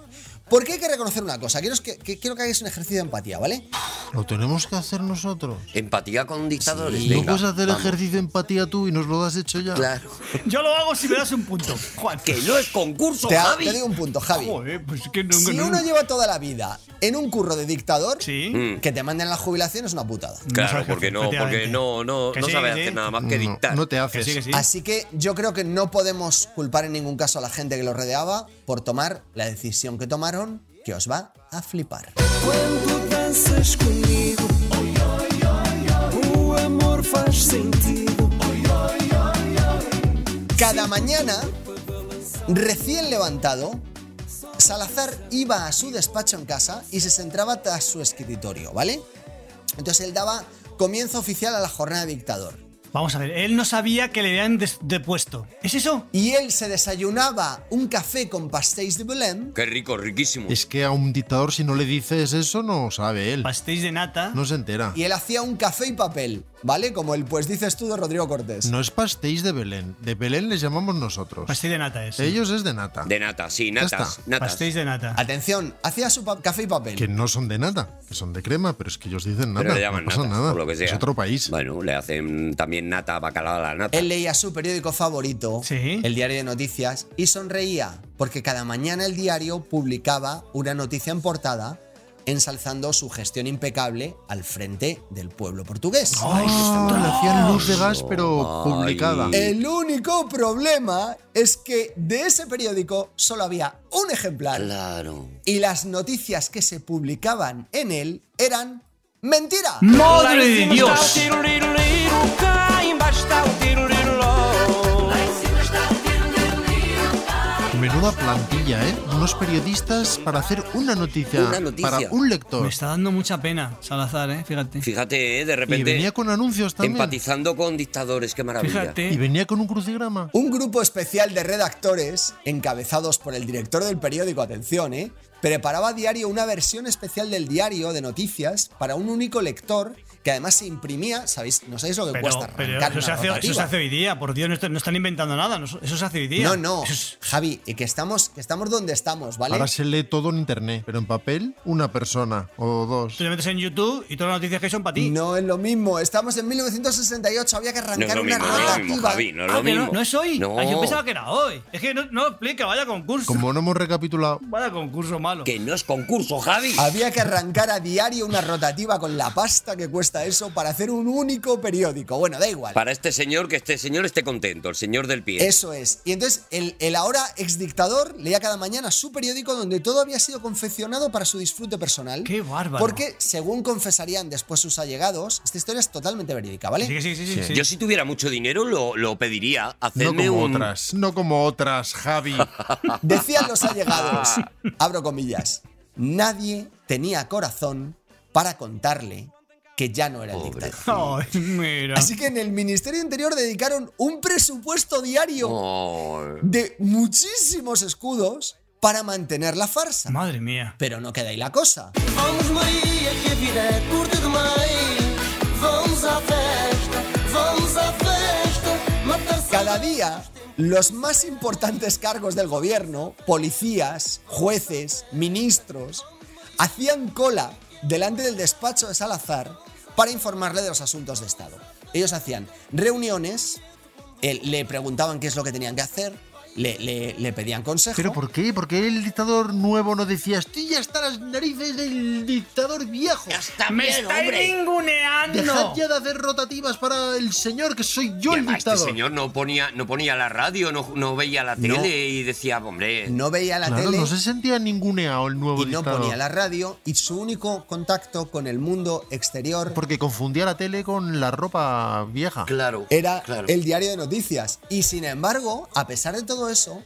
Speaker 5: Porque hay que reconocer una cosa, quiero que, que- quiero que hagáis un ejercicio de empatía, ¿vale?
Speaker 6: Lo tenemos que hacer nosotros.
Speaker 3: Empatía con dictadores.
Speaker 6: no
Speaker 3: venga,
Speaker 6: puedes hacer
Speaker 3: vamos.
Speaker 6: ejercicio de empatía tú y nos lo has hecho ya.
Speaker 3: Claro.
Speaker 7: Yo lo hago si me das un punto. Juan.
Speaker 3: Que no es concurso,
Speaker 5: Te, ha-
Speaker 3: Javi.
Speaker 5: te digo un punto, Javi.
Speaker 7: Joder, pues es que no,
Speaker 5: Si
Speaker 7: no-
Speaker 5: uno lleva toda la vida en un curro de dictador,
Speaker 3: Mm.
Speaker 5: que te manden a la jubilación es una putada.
Speaker 3: Claro,
Speaker 7: sabes
Speaker 3: porque
Speaker 7: hacer,
Speaker 3: no, porque
Speaker 7: efectivamente.
Speaker 3: no, no,
Speaker 7: Que
Speaker 3: no
Speaker 7: sí,
Speaker 3: sabes
Speaker 7: que sí.
Speaker 3: hacer nada más que
Speaker 6: Mm, No,
Speaker 3: dictar.
Speaker 6: no te haces.
Speaker 7: Que sí, que sí.
Speaker 5: Así que yo creo que no podemos culpar en ningún caso a la gente que lo rodeaba por tomar la decisión que tomaron, que os va a flipar.
Speaker 12: Quando danças comigo, o amor faz sentido.
Speaker 5: Cada mañana, recién levantado, Salazar iba a su despacho en casa y se centraba tras su escritorio, ¿vale? Entonces él daba comienzo oficial a la jornada de dictador.
Speaker 7: Vamos a ver, él no sabía que le habían des- depuesto. ¿Es eso?
Speaker 5: Y él se desayunaba un café con pastéis de Belém
Speaker 3: Qué rico, riquísimo.
Speaker 6: Es que a un dictador, si no le dices eso, no sabe él.
Speaker 7: Pastéis de nata.
Speaker 6: No se entera.
Speaker 5: y él hacía un café y papel, ¿vale? Como el pues dices tú de Rodrigo Cortés.
Speaker 6: No es pastéis de Belén. De Belén les llamamos nosotros.
Speaker 7: Pastéis de nata es.
Speaker 6: Ellos es de nata.
Speaker 3: De nata, sí,
Speaker 6: Ya
Speaker 3: natas,
Speaker 6: está.
Speaker 3: natas.
Speaker 7: Pastéis de nata.
Speaker 5: Atención, hacía su pa- café y papel.
Speaker 6: Que no son de nata, que son de crema, pero es que ellos dicen nata.
Speaker 3: Pero le llaman
Speaker 6: no pasa
Speaker 3: natas,
Speaker 6: nada.
Speaker 3: por lo que sea.
Speaker 6: Es otro país.
Speaker 3: Bueno, le hacen también nata, bacalao a la nata.
Speaker 5: Él leía su periódico favorito,
Speaker 7: Sí.
Speaker 5: el diario de noticias, y sonreía, porque cada mañana el diario publicaba una noticia en portada ensalzando su gestión impecable al frente del pueblo portugués.
Speaker 6: Ay, le Ah, hacían luz de gas, pero
Speaker 3: Ay.
Speaker 6: publicada.
Speaker 5: El único problema es que de ese periódico solo había un ejemplar
Speaker 3: Claro.
Speaker 5: y las noticias que se publicaban en él eran mentira.
Speaker 7: ¡Madre de Dios!
Speaker 12: Tiro, liro, liro, cá embaixo está o tiro, liro, ló.
Speaker 6: Menuda plantilla, ¿eh? Unos periodistas para hacer una noticia,
Speaker 3: Una noticia.
Speaker 6: para un lector.
Speaker 7: Me está dando mucha pena, Salazar, eh, fíjate.
Speaker 3: Fíjate, ¿eh? de
Speaker 6: Y
Speaker 3: repente
Speaker 6: venía con anuncios también.
Speaker 3: empatizando con dictadores, qué maravilla.
Speaker 6: Y
Speaker 7: Fíjate.
Speaker 6: venía con un crucigrama.
Speaker 5: Un grupo especial de redactores, encabezados por el director del periódico, atención, ¿eh? preparaba a diario una versión especial del diario de noticias para un único lector que además se imprimía, ¿sabéis? ¿No sabéis lo que
Speaker 7: Pero,
Speaker 5: cuesta
Speaker 7: pero
Speaker 5: arrancar
Speaker 7: eso, se
Speaker 5: una
Speaker 7: hace, eso
Speaker 5: rotativa?
Speaker 7: se hace hoy día, por Dios, no, est- no están inventando nada, no- eso se hace hoy día.
Speaker 5: No, no,
Speaker 7: Eso es-
Speaker 5: Javi, y que estamos, que estamos donde estamos, ¿vale?
Speaker 6: Ahora se lee todo en internet, pero en papel una persona o dos.
Speaker 7: tú te metes en YouTube y todas las noticias que hay son para ti.
Speaker 5: No es lo mismo, estamos en 1968, había que
Speaker 3: No es
Speaker 5: arrancar
Speaker 3: lo
Speaker 5: una
Speaker 3: mismo, no es lo mismo,
Speaker 5: rotativa.
Speaker 3: Javi, no es
Speaker 7: Ah,
Speaker 3: lo
Speaker 7: que
Speaker 3: mismo.
Speaker 7: no, no es hoy.
Speaker 3: No.
Speaker 7: Ay, yo pensaba que era hoy. Es que no, no explica, vaya concurso.
Speaker 6: Como no hemos recapitulado,
Speaker 7: Vaya concurso malo.
Speaker 3: Que no es concurso, Javi.
Speaker 6: Ah.
Speaker 5: Había que arrancar a diario una rotativa con la pasta que cuesta eso para hacer un único periódico. Bueno, da igual.
Speaker 3: Para este señor, que este señor esté contento, el señor del pie.
Speaker 5: Eso es. Y entonces el, el ahora exdictador leía cada mañana su periódico donde todo había sido confeccionado para su disfrute personal.
Speaker 7: ¡Qué bárbaro!
Speaker 5: Porque, según confesarían después sus allegados, esta historia es totalmente verídica, ¿vale?
Speaker 7: Sí, que sí, sí, sí, sí.
Speaker 3: Yo si tuviera mucho dinero lo, lo pediría.
Speaker 6: no
Speaker 3: Hacerme
Speaker 6: como
Speaker 3: un...
Speaker 6: otras. No como otras, Javi.
Speaker 5: Decían los allegados, abro comillas, nadie tenía corazón para contarle que ya no era el dictador.
Speaker 7: Ay, mira.
Speaker 5: Así que en el Ministerio Interior dedicaron un presupuesto diario
Speaker 3: Ay.
Speaker 5: de muchísimos escudos para mantener la farsa.
Speaker 7: Madre mía.
Speaker 5: Pero no queda ahí la cosa.
Speaker 12: Vamos, Maria, que a vida é curta demais. Vamos à festa, vamos à festa, matar
Speaker 5: Cada día, los más importantes cargos del gobierno, policías, jueces, ministros, hacían cola delante del despacho de Salazar para informarle de los asuntos de Estado. Ellos hacían reuniones, eh, le preguntaban qué es lo que tenían que hacer, le, le- le pedían consejo.
Speaker 6: ¿Pero por qué? Porque el dictador nuevo no decía, estoy hasta las narices del dictador viejo.
Speaker 7: ¡Me estáis
Speaker 6: Dejad
Speaker 7: ninguneando!
Speaker 6: ya de hacer rotativas para el señor, que soy yo
Speaker 3: Y
Speaker 6: el
Speaker 3: además,
Speaker 6: dictador.
Speaker 3: este señor no ponía, no ponía la radio, no, no veía la tele y decía, hombre,
Speaker 5: no veía la
Speaker 6: Claro,
Speaker 5: tele.
Speaker 6: no se sentía ninguneado el nuevo
Speaker 5: Y no
Speaker 6: dictador.
Speaker 5: ponía la radio y su único contacto con el mundo exterior
Speaker 6: Porque confundía la tele con la ropa vieja.
Speaker 3: claro.
Speaker 5: era
Speaker 3: claro.
Speaker 5: el diario de noticias. Y sin embargo, a pesar de todo eso,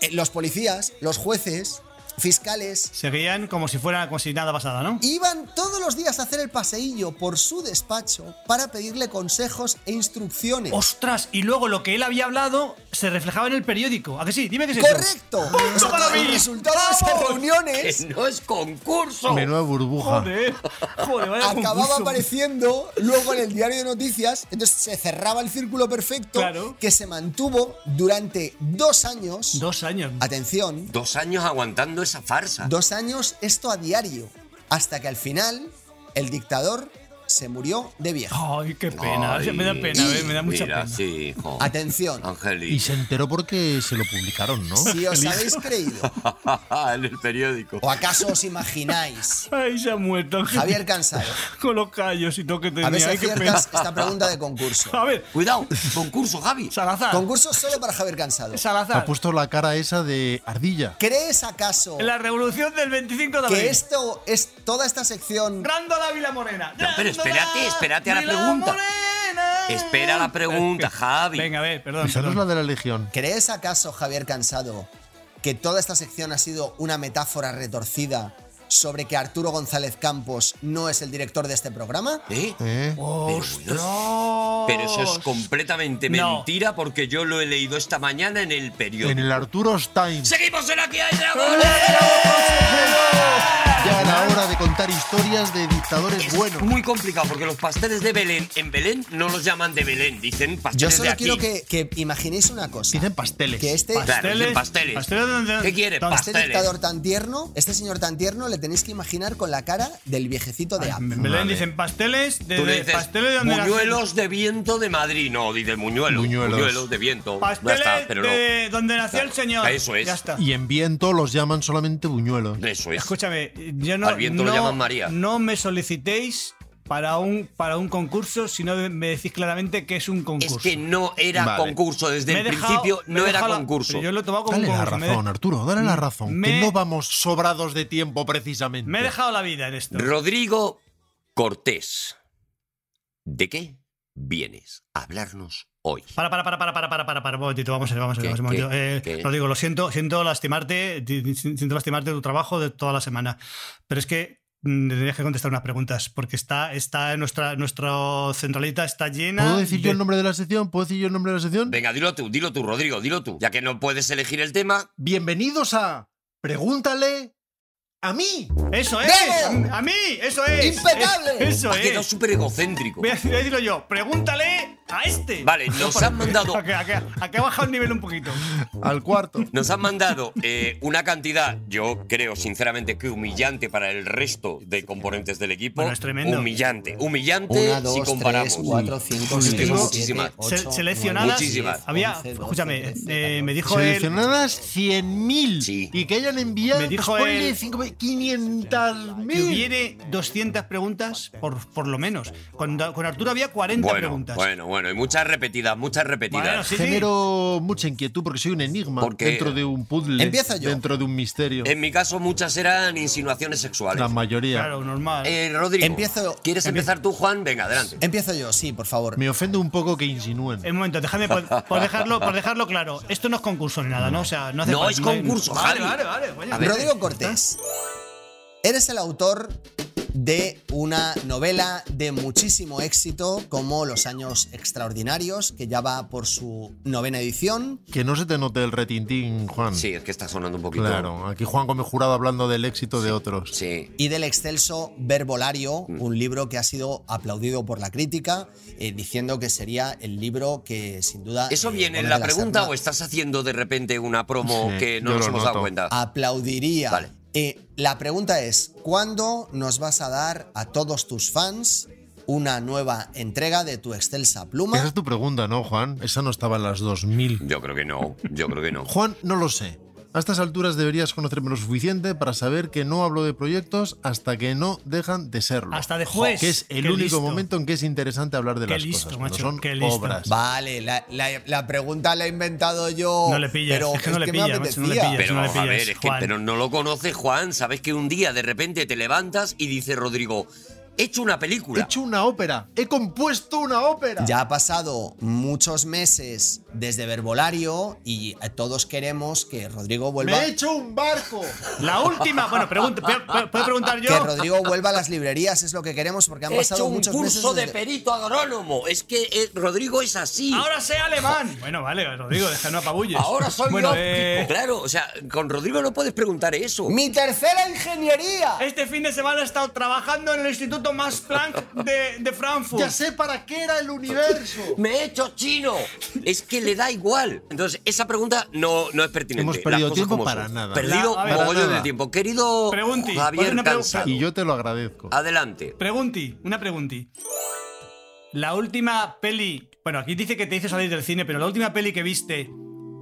Speaker 5: eh, los policías, los jueces, fiscales.
Speaker 7: Seguían como si fuera como si nada pasada, ¿no?
Speaker 5: Iban todos los días a hacer el paseillo por su despacho para pedirle consejos e instrucciones.
Speaker 7: Ostras, y luego lo que él había hablado se reflejaba en el periódico. ¿A que sí? Dime que es eso. Ah,
Speaker 5: ¡Correcto! O sea,
Speaker 7: para
Speaker 5: el
Speaker 7: mí!
Speaker 5: resultado de esas
Speaker 7: ¡Vamos!
Speaker 5: reuniones
Speaker 3: Que no es concurso.
Speaker 6: Menuda burbuja.
Speaker 7: Joder, joder, vaya
Speaker 5: acababa
Speaker 7: concurso.
Speaker 5: apareciendo luego en el diario de noticias. Entonces se cerraba el círculo perfecto
Speaker 7: Claro.
Speaker 5: que se mantuvo durante dos años.
Speaker 7: Dos años.
Speaker 5: Atención,
Speaker 3: Dos años aguantando esa farsa.
Speaker 5: dos años esto a diario. Hasta que al final el dictador se murió de viejo.
Speaker 7: Ay, qué pena.
Speaker 3: Ay,
Speaker 7: me da pena,
Speaker 5: y-
Speaker 7: eh, me da mucha
Speaker 3: Mira,
Speaker 7: pena.
Speaker 3: sí, hijo.
Speaker 5: Atención,
Speaker 3: Oh.
Speaker 6: Y
Speaker 3: Angelito.
Speaker 6: se enteró porque se lo publicaron, ¿no?
Speaker 5: si os habéis creído
Speaker 3: en el periódico.
Speaker 5: o acaso os imagináis
Speaker 7: Ay, se ha muerto. Ángel.
Speaker 5: Javier Cansado.
Speaker 7: Con los callos y todo que tenía.
Speaker 5: A ver si
Speaker 7: Ay, qué pena.
Speaker 5: aciertas esta pregunta de concurso.
Speaker 7: A ver,
Speaker 3: Cuidado, concurso, Javi.
Speaker 7: Salazar.
Speaker 5: Concurso solo para Javier Cansado.
Speaker 6: Ha
Speaker 7: Salazar.
Speaker 6: puesto la cara esa de ardilla.
Speaker 5: ¿Crees acaso
Speaker 7: La revolución del 25 de abril.
Speaker 5: que esto es toda esta sección
Speaker 7: Grándola Vila Morena.
Speaker 3: No, pero espérate, espérate a la
Speaker 7: Vila
Speaker 3: pregunta.
Speaker 7: Morena.
Speaker 3: Espera la pregunta, Javi.
Speaker 7: Venga, a ver, perdón.
Speaker 6: Esa no es la
Speaker 7: perdón.
Speaker 6: de la legión.
Speaker 5: ¿Crees acaso, Javier Cansado, que toda esta sección ha sido una metáfora retorcida sobre que Arturo González Campos no es el director de este programa?
Speaker 3: ¿Eh?
Speaker 6: ¿Eh?
Speaker 7: ¡Ostras!
Speaker 3: Pero eso es completamente
Speaker 7: No.
Speaker 3: mentira porque yo lo he leído esta mañana en el
Speaker 6: En
Speaker 3: periódico.
Speaker 6: el Arturo's Times.
Speaker 3: ¡Seguimos en Aquí hay dragones!
Speaker 6: Ya era hora de contar historias de dictadores buenos.
Speaker 3: Muy complicado porque los pasteles de Belén en Belén no los llaman de Belén, dicen
Speaker 5: Yo
Speaker 3: pasteles de
Speaker 5: solo
Speaker 3: aquí.
Speaker 5: quiero que, que imaginéis una cosa.
Speaker 6: Dicen pasteles.
Speaker 5: Que este,
Speaker 3: Claro, dicen pasteles.
Speaker 7: pasteles donde-
Speaker 3: ¿Qué quiere?
Speaker 7: donde-
Speaker 5: este
Speaker 3: pasteles.
Speaker 5: dictador tan tierno, este señor tan tierno, le tenéis que imaginar con la cara del viejecito de App.
Speaker 7: En Belén dicen pasteles de,
Speaker 3: Tú le
Speaker 7: de-
Speaker 3: dices
Speaker 7: Eh, pasteles de donde nació-
Speaker 3: muñuelos de viento de Madrid. No, dice muñuelos. Muñuelos,
Speaker 6: Muñuelos.
Speaker 3: de viento.
Speaker 7: Pasteles
Speaker 3: ya está, pero no.
Speaker 7: de donde nació el señor.
Speaker 3: Eso es.
Speaker 7: Ya está.
Speaker 6: Y en viento los llaman solamente buñuelos.
Speaker 3: Eso es.
Speaker 7: Escúchame, yo no,
Speaker 3: Al viento lo
Speaker 7: no,
Speaker 3: llaman María.
Speaker 7: no me solicitéis para un, para un concurso si no me decís claramente que es un concurso.
Speaker 3: Es que no era
Speaker 6: Vale.
Speaker 3: concurso. Desde
Speaker 7: Me
Speaker 3: el
Speaker 7: he dejado-
Speaker 3: principio
Speaker 7: me
Speaker 3: no
Speaker 7: he
Speaker 3: era
Speaker 7: dejado la-
Speaker 3: concurso.
Speaker 7: pero Yo lo he tomado como
Speaker 6: Dale
Speaker 7: un
Speaker 6: la
Speaker 7: concurso. me he
Speaker 6: razón,
Speaker 7: de-
Speaker 6: Arturo, dale la razón.
Speaker 7: me-
Speaker 6: Que no vamos sobrados de tiempo precisamente.
Speaker 7: Me he dejado la vida en esto.
Speaker 3: Rodrigo Cortés. ¿De qué vienes a hablarnos hoy?
Speaker 7: Para, para, para, para, para, para, para, para, un momentito, vamos a ver, vamos a ver,
Speaker 3: ¿Qué,
Speaker 7: vamos a ver un
Speaker 3: qué,
Speaker 7: momentito. Eh,
Speaker 3: qué?
Speaker 7: Rodrigo, lo siento, siento lastimarte, di- di- siento lastimarte tu trabajo de toda la semana, pero es que mm, tendrías que contestar unas preguntas, porque está, está nuestra, nuestra centralita está llena.
Speaker 6: ¿Puedo decir
Speaker 7: de-
Speaker 6: yo el nombre de la sección? ¿Puedo decir yo el nombre de la sección?
Speaker 3: Venga, dilo tú, dilo tú, Rodrigo, dilo tú. Ya que no puedes elegir el tema,
Speaker 6: Bienvenidos a Pregúntale a mí.
Speaker 7: ¡Eso es!
Speaker 5: ¡Bravo!
Speaker 7: ¡A mí! ¡Eso es!
Speaker 5: ¡Impecable!
Speaker 7: Es- ¡Eso
Speaker 3: ha quedado
Speaker 7: es!
Speaker 3: súper egocéntrico.
Speaker 7: Voy a, decir- voy a decirlo yo, pregúntale a este.
Speaker 3: Vale, nos han mandado-
Speaker 7: A que, a que- a que ha bajado el nivel un poquito.
Speaker 6: Al cuarto.
Speaker 3: Nos han mandado eh, una cantidad, yo creo sinceramente que humillante para el resto de componentes del equipo.
Speaker 7: Bueno, es tremendo.
Speaker 3: Humillante, humillante
Speaker 5: Una,
Speaker 3: si
Speaker 5: dos,
Speaker 3: comparamos.
Speaker 5: tres, cuatro, cinco,
Speaker 3: Pues
Speaker 5: seis,
Speaker 3: tengo
Speaker 5: siete,
Speaker 3: muchísimas.
Speaker 5: ocho,
Speaker 7: Se-
Speaker 5: nueve,
Speaker 7: seleccionadas.
Speaker 5: diez,
Speaker 3: Muchísimas.
Speaker 7: Había,
Speaker 5: once, doce,
Speaker 7: escúchame,
Speaker 5: trece,
Speaker 7: eh, me dijo él.
Speaker 6: Seleccionadas 100.000
Speaker 3: Sí.
Speaker 6: y que hayan enviado
Speaker 7: Me dijo
Speaker 6: pues, ponle
Speaker 7: él-
Speaker 6: cinco-
Speaker 7: que
Speaker 6: 500.000.
Speaker 7: hubiere 200 preguntas, por, por lo menos. Con, con Arturo había 40
Speaker 3: Bueno,
Speaker 7: preguntas.
Speaker 3: bueno, bueno, y muchas repetidas, muchas repetidas.
Speaker 7: Bueno, sí, sí.
Speaker 6: Genero mucha inquietud porque soy un enigma
Speaker 3: Porque- Em-
Speaker 6: dentro de un puzzle,
Speaker 5: Empiezo yo.
Speaker 6: dentro de un misterio.
Speaker 3: En mi caso, muchas eran insinuaciones sexuales.
Speaker 6: La mayoría.
Speaker 7: Claro, normal.
Speaker 3: Eh, Rodrigo,
Speaker 5: Empiezo-
Speaker 3: ¿quieres empezar tú, Juan? Venga, adelante.
Speaker 5: Empiezo yo, sí, por favor.
Speaker 6: Me ofende un poco que insinúen.
Speaker 7: Eh, un momento, déjame por, por dejarlo, por dejarlo claro. Esto no es concurso ni nada, ¿no? O sea, no hace
Speaker 3: No
Speaker 7: falta-
Speaker 3: es concurso,
Speaker 7: Vale,
Speaker 3: Javi.
Speaker 7: vale, vale. coño.
Speaker 3: A ver.
Speaker 5: Rodrigo Cortés, eres el autor de una novela de muchísimo éxito como Los Años Extraordinarios, que ya va por su novena edición.
Speaker 6: Que no se te note el retintín, Juan.
Speaker 3: Sí, es que está sonando un poquito.
Speaker 6: Mm. Claro, aquí Juan Gómez Jurado hablando del éxito de otros.
Speaker 3: Sí.
Speaker 5: y del excelso Verbolario,
Speaker 3: Mm.
Speaker 5: un libro que ha sido aplaudido por la crítica, eh, diciendo que sería el libro que sin duda...
Speaker 3: ¿Eso
Speaker 5: eh,
Speaker 3: viene en
Speaker 5: Gómez
Speaker 3: la
Speaker 5: de
Speaker 3: pregunta
Speaker 5: Serna
Speaker 3: o estás haciendo de repente una promo
Speaker 6: Sí,
Speaker 3: que no
Speaker 6: yo
Speaker 3: nos
Speaker 6: lo
Speaker 3: hemos dado
Speaker 6: noto.
Speaker 3: cuenta?
Speaker 5: Ah. Aplaudiría.
Speaker 3: Vale.
Speaker 5: Eh, la pregunta es, ¿cuándo nos vas a dar a todos tus fans una nueva entrega de tu excelsa
Speaker 6: Esa es
Speaker 5: pluma?
Speaker 6: tu pregunta, ¿no, Juan? Esa no estaba en las 2000.
Speaker 3: Yo creo que no, yo creo que no.
Speaker 6: Juan, no lo sé. A estas alturas deberías conocerme lo suficiente para saber que no hablo de proyectos hasta que no dejan de serlo.
Speaker 7: Hasta después.
Speaker 6: Que es el
Speaker 7: Qué
Speaker 6: único
Speaker 7: listo.
Speaker 6: momento en que es interesante hablar de
Speaker 7: Qué
Speaker 6: las
Speaker 7: listo,
Speaker 6: cosas. cuando
Speaker 7: macho,
Speaker 6: son
Speaker 7: qué listo.
Speaker 6: obras.
Speaker 5: Vale, la, la- la pregunta la he inventado yo.
Speaker 7: No le pillas,
Speaker 5: pero
Speaker 7: es que no le
Speaker 5: me
Speaker 7: pillas, macho, no le
Speaker 5: apetecía.
Speaker 7: pillas.
Speaker 3: Pero
Speaker 7: no le
Speaker 3: a ver,
Speaker 7: pillas,
Speaker 3: es que
Speaker 7: Juan.
Speaker 3: pero no lo conoce Juan. Sabes que un día de repente te levantas y dice Rodrigo, He hecho una película.
Speaker 6: He hecho una ópera. He compuesto una ópera.
Speaker 5: Ya ha pasado muchos meses desde Verbolario y eh, todos queremos que Rodrigo vuelva.
Speaker 6: Me he hecho un barco.
Speaker 7: La última. Bueno, pregunto, ¿puedo preguntar yo?
Speaker 5: Que Rodrigo vuelva a las librerías es lo que queremos porque han
Speaker 3: He
Speaker 5: pasado
Speaker 3: hecho un
Speaker 5: muchos
Speaker 3: curso
Speaker 5: meses.
Speaker 3: de
Speaker 5: desde-
Speaker 3: perito agrónomo. Es que eh, Rodrigo es así.
Speaker 7: Ahora sé alemán. Bueno, vale, Rodrigo, deja no apabulles.
Speaker 3: Ahora soy
Speaker 7: bueno,
Speaker 3: óptico.
Speaker 7: eh,
Speaker 3: Claro, o sea, con Rodrigo no puedes preguntar eso.
Speaker 5: Mi tercera ingeniería.
Speaker 7: Este fin de semana he estado trabajando en el Instituto Max Planck de, de Frankfurt.
Speaker 6: Ya sé para qué era el universo.
Speaker 3: Me he hecho chino. Es que le da igual. Entonces, esa pregunta no, no es pertinente.
Speaker 6: Hemos
Speaker 3: Las
Speaker 6: perdido
Speaker 3: cosas
Speaker 6: tiempo
Speaker 3: como son.
Speaker 6: para nada.
Speaker 3: Perdido
Speaker 7: La- a ver.
Speaker 6: Para
Speaker 3: mogollón
Speaker 6: nada.
Speaker 3: de tiempo. Querido
Speaker 7: Pregunti,
Speaker 3: Javier
Speaker 7: una pregu-
Speaker 3: Cansado,
Speaker 6: Y yo te lo agradezco.
Speaker 3: Ah. adelante.
Speaker 7: Pregunti, una pregunti. La última peli. Bueno, aquí dice que te hizo salir del cine, pero la última peli que viste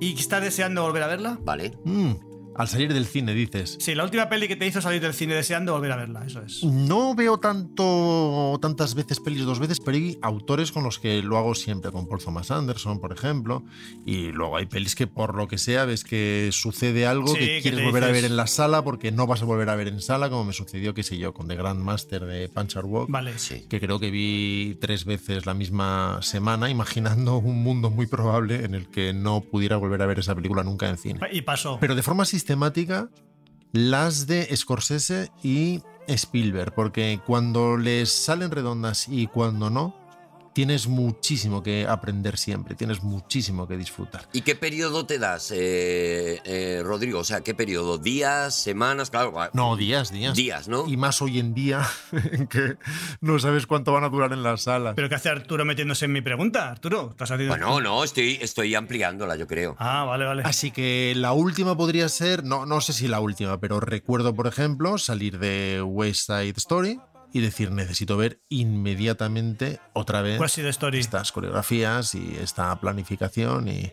Speaker 7: y que estás deseando volver a verla.
Speaker 3: Vale.
Speaker 6: Mm, al salir del cine dices.
Speaker 7: Sí, la última peli que te hizo salir del cine deseando volver a verla, eso es.
Speaker 6: No veo tanto tantas veces pelis dos veces, pero hay autores con los que lo hago siempre, con Paul Thomas Anderson, por ejemplo, y luego hay pelis que por lo que sea ves que sucede algo
Speaker 7: Sí,
Speaker 6: que
Speaker 7: que
Speaker 6: quieres
Speaker 7: te
Speaker 6: volver a
Speaker 7: dices-
Speaker 6: ver en la sala porque no vas a volver a ver en sala, como me sucedió, qué sé yo, con The Grandmaster de Puncher Walk,
Speaker 7: Vale.
Speaker 6: que creo que vi tres veces la misma semana, imaginando un mundo muy probable en el que no pudiera volver a ver esa película nunca en cine.
Speaker 7: Y pasó.
Speaker 6: Pero de forma sistemática, las de Scorsese y Spielberg, porque cuando les salen redondas y cuando no, tienes muchísimo que aprender siempre, tienes muchísimo que disfrutar.
Speaker 3: ¿Y qué periodo te das, eh, eh, Rodrigo? O sea, ¿qué periodo? ¿Días, semanas? Claro, va-
Speaker 6: No, días, días.
Speaker 3: días, ¿no?
Speaker 6: Y más hoy en día, en que no sabes cuánto van a durar en las salas.
Speaker 7: ¿Pero qué hace Arturo metiéndose en mi pregunta? Arturo, ¿estás haciendo.?
Speaker 3: Bueno, no, estoy, estoy ampliándola, yo creo.
Speaker 7: Ah, vale, vale.
Speaker 6: Así que la última podría ser, no, no sé si la última, pero recuerdo, por ejemplo, salir de West Side Story y decir, necesito ver inmediatamente otra vez
Speaker 7: ¿Cuál ha sido Story?
Speaker 6: estas coreografías y esta planificación. Y...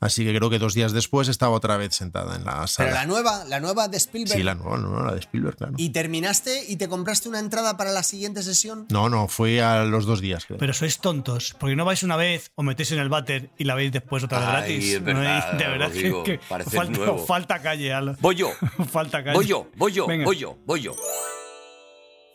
Speaker 6: Así que creo que dos días después estaba otra vez sentada en la
Speaker 5: Pero la
Speaker 6: sala.
Speaker 5: nueva, la nueva de Spielberg.
Speaker 6: sí, la nueva, no, la de Spielberg, claro.
Speaker 5: Y terminaste y te compraste una entrada para la siguiente sesión.
Speaker 6: No, no, fue a los dos días, creo.
Speaker 7: Pero sois tontos, porque no vais una vez, os metéis en el váter y la veis después otra vez
Speaker 3: Ay,
Speaker 7: gratis.
Speaker 3: es verdad,
Speaker 7: No hay- de verdad
Speaker 3: Rodrigo,
Speaker 7: que, que
Speaker 3: pareces
Speaker 7: falta,
Speaker 3: nuevo.
Speaker 7: falta calle, Al-
Speaker 3: Voy yo,
Speaker 7: Falta calle.
Speaker 3: voy yo, voy yo,
Speaker 7: Venga.
Speaker 3: voy yo, voy yo.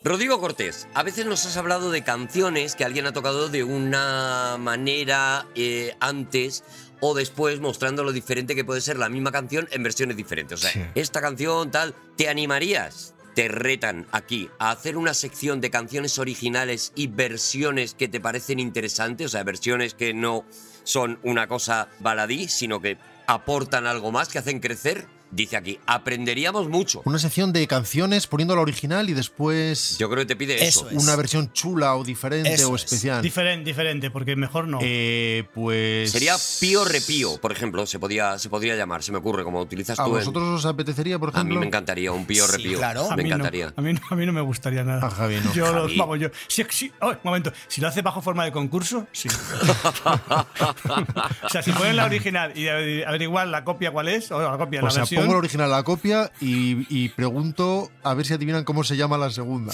Speaker 3: Rodrigo Cortés, a veces nos has hablado de canciones que alguien ha tocado de una manera eh, antes o después, mostrando lo diferente que puede ser la misma canción en versiones diferentes. O sea,
Speaker 6: Sí.
Speaker 3: esta canción tal, ¿te animarías? Te retan aquí a hacer una sección de canciones originales y versiones que te parecen interesantes, o sea, versiones que no son una cosa baladí, sino que aportan algo más, que hacen crecer. Dice aquí, aprenderíamos mucho.
Speaker 6: Una sección de canciones poniendo la original y después
Speaker 3: Yo creo que te pide eso.
Speaker 5: Eso es.
Speaker 6: una versión chula o diferente
Speaker 5: Eso
Speaker 6: o
Speaker 5: es.
Speaker 6: especial.
Speaker 7: Diferente, diferente, porque mejor no.
Speaker 6: Eh, pues.
Speaker 3: Sería Pío Repío, por ejemplo, se, podía, se podría llamar, se me ocurre, como utilizas
Speaker 6: ¿A
Speaker 3: tú. en-
Speaker 6: vosotros os apetecería, por
Speaker 3: A mí
Speaker 6: ejemplo?
Speaker 3: me encantaría un Pío
Speaker 5: Sí,
Speaker 3: Repío.
Speaker 5: claro.
Speaker 7: a
Speaker 3: Me
Speaker 7: mí no,
Speaker 3: encantaría.
Speaker 7: a, mí no, a mí no me gustaría nada.
Speaker 6: A Javi no.
Speaker 7: Yo,
Speaker 3: Javi.
Speaker 7: vamos, yo. Si, si- ay, un momento, si lo hace bajo forma de concurso, sí. o sea, si pones la original y averi- averiguar la copia cuál es, o la copia,
Speaker 6: Pues O
Speaker 7: la
Speaker 6: sea,
Speaker 7: versión.
Speaker 6: pongo la original a la copia y, y pregunto a ver si adivinan cómo se llama la segunda.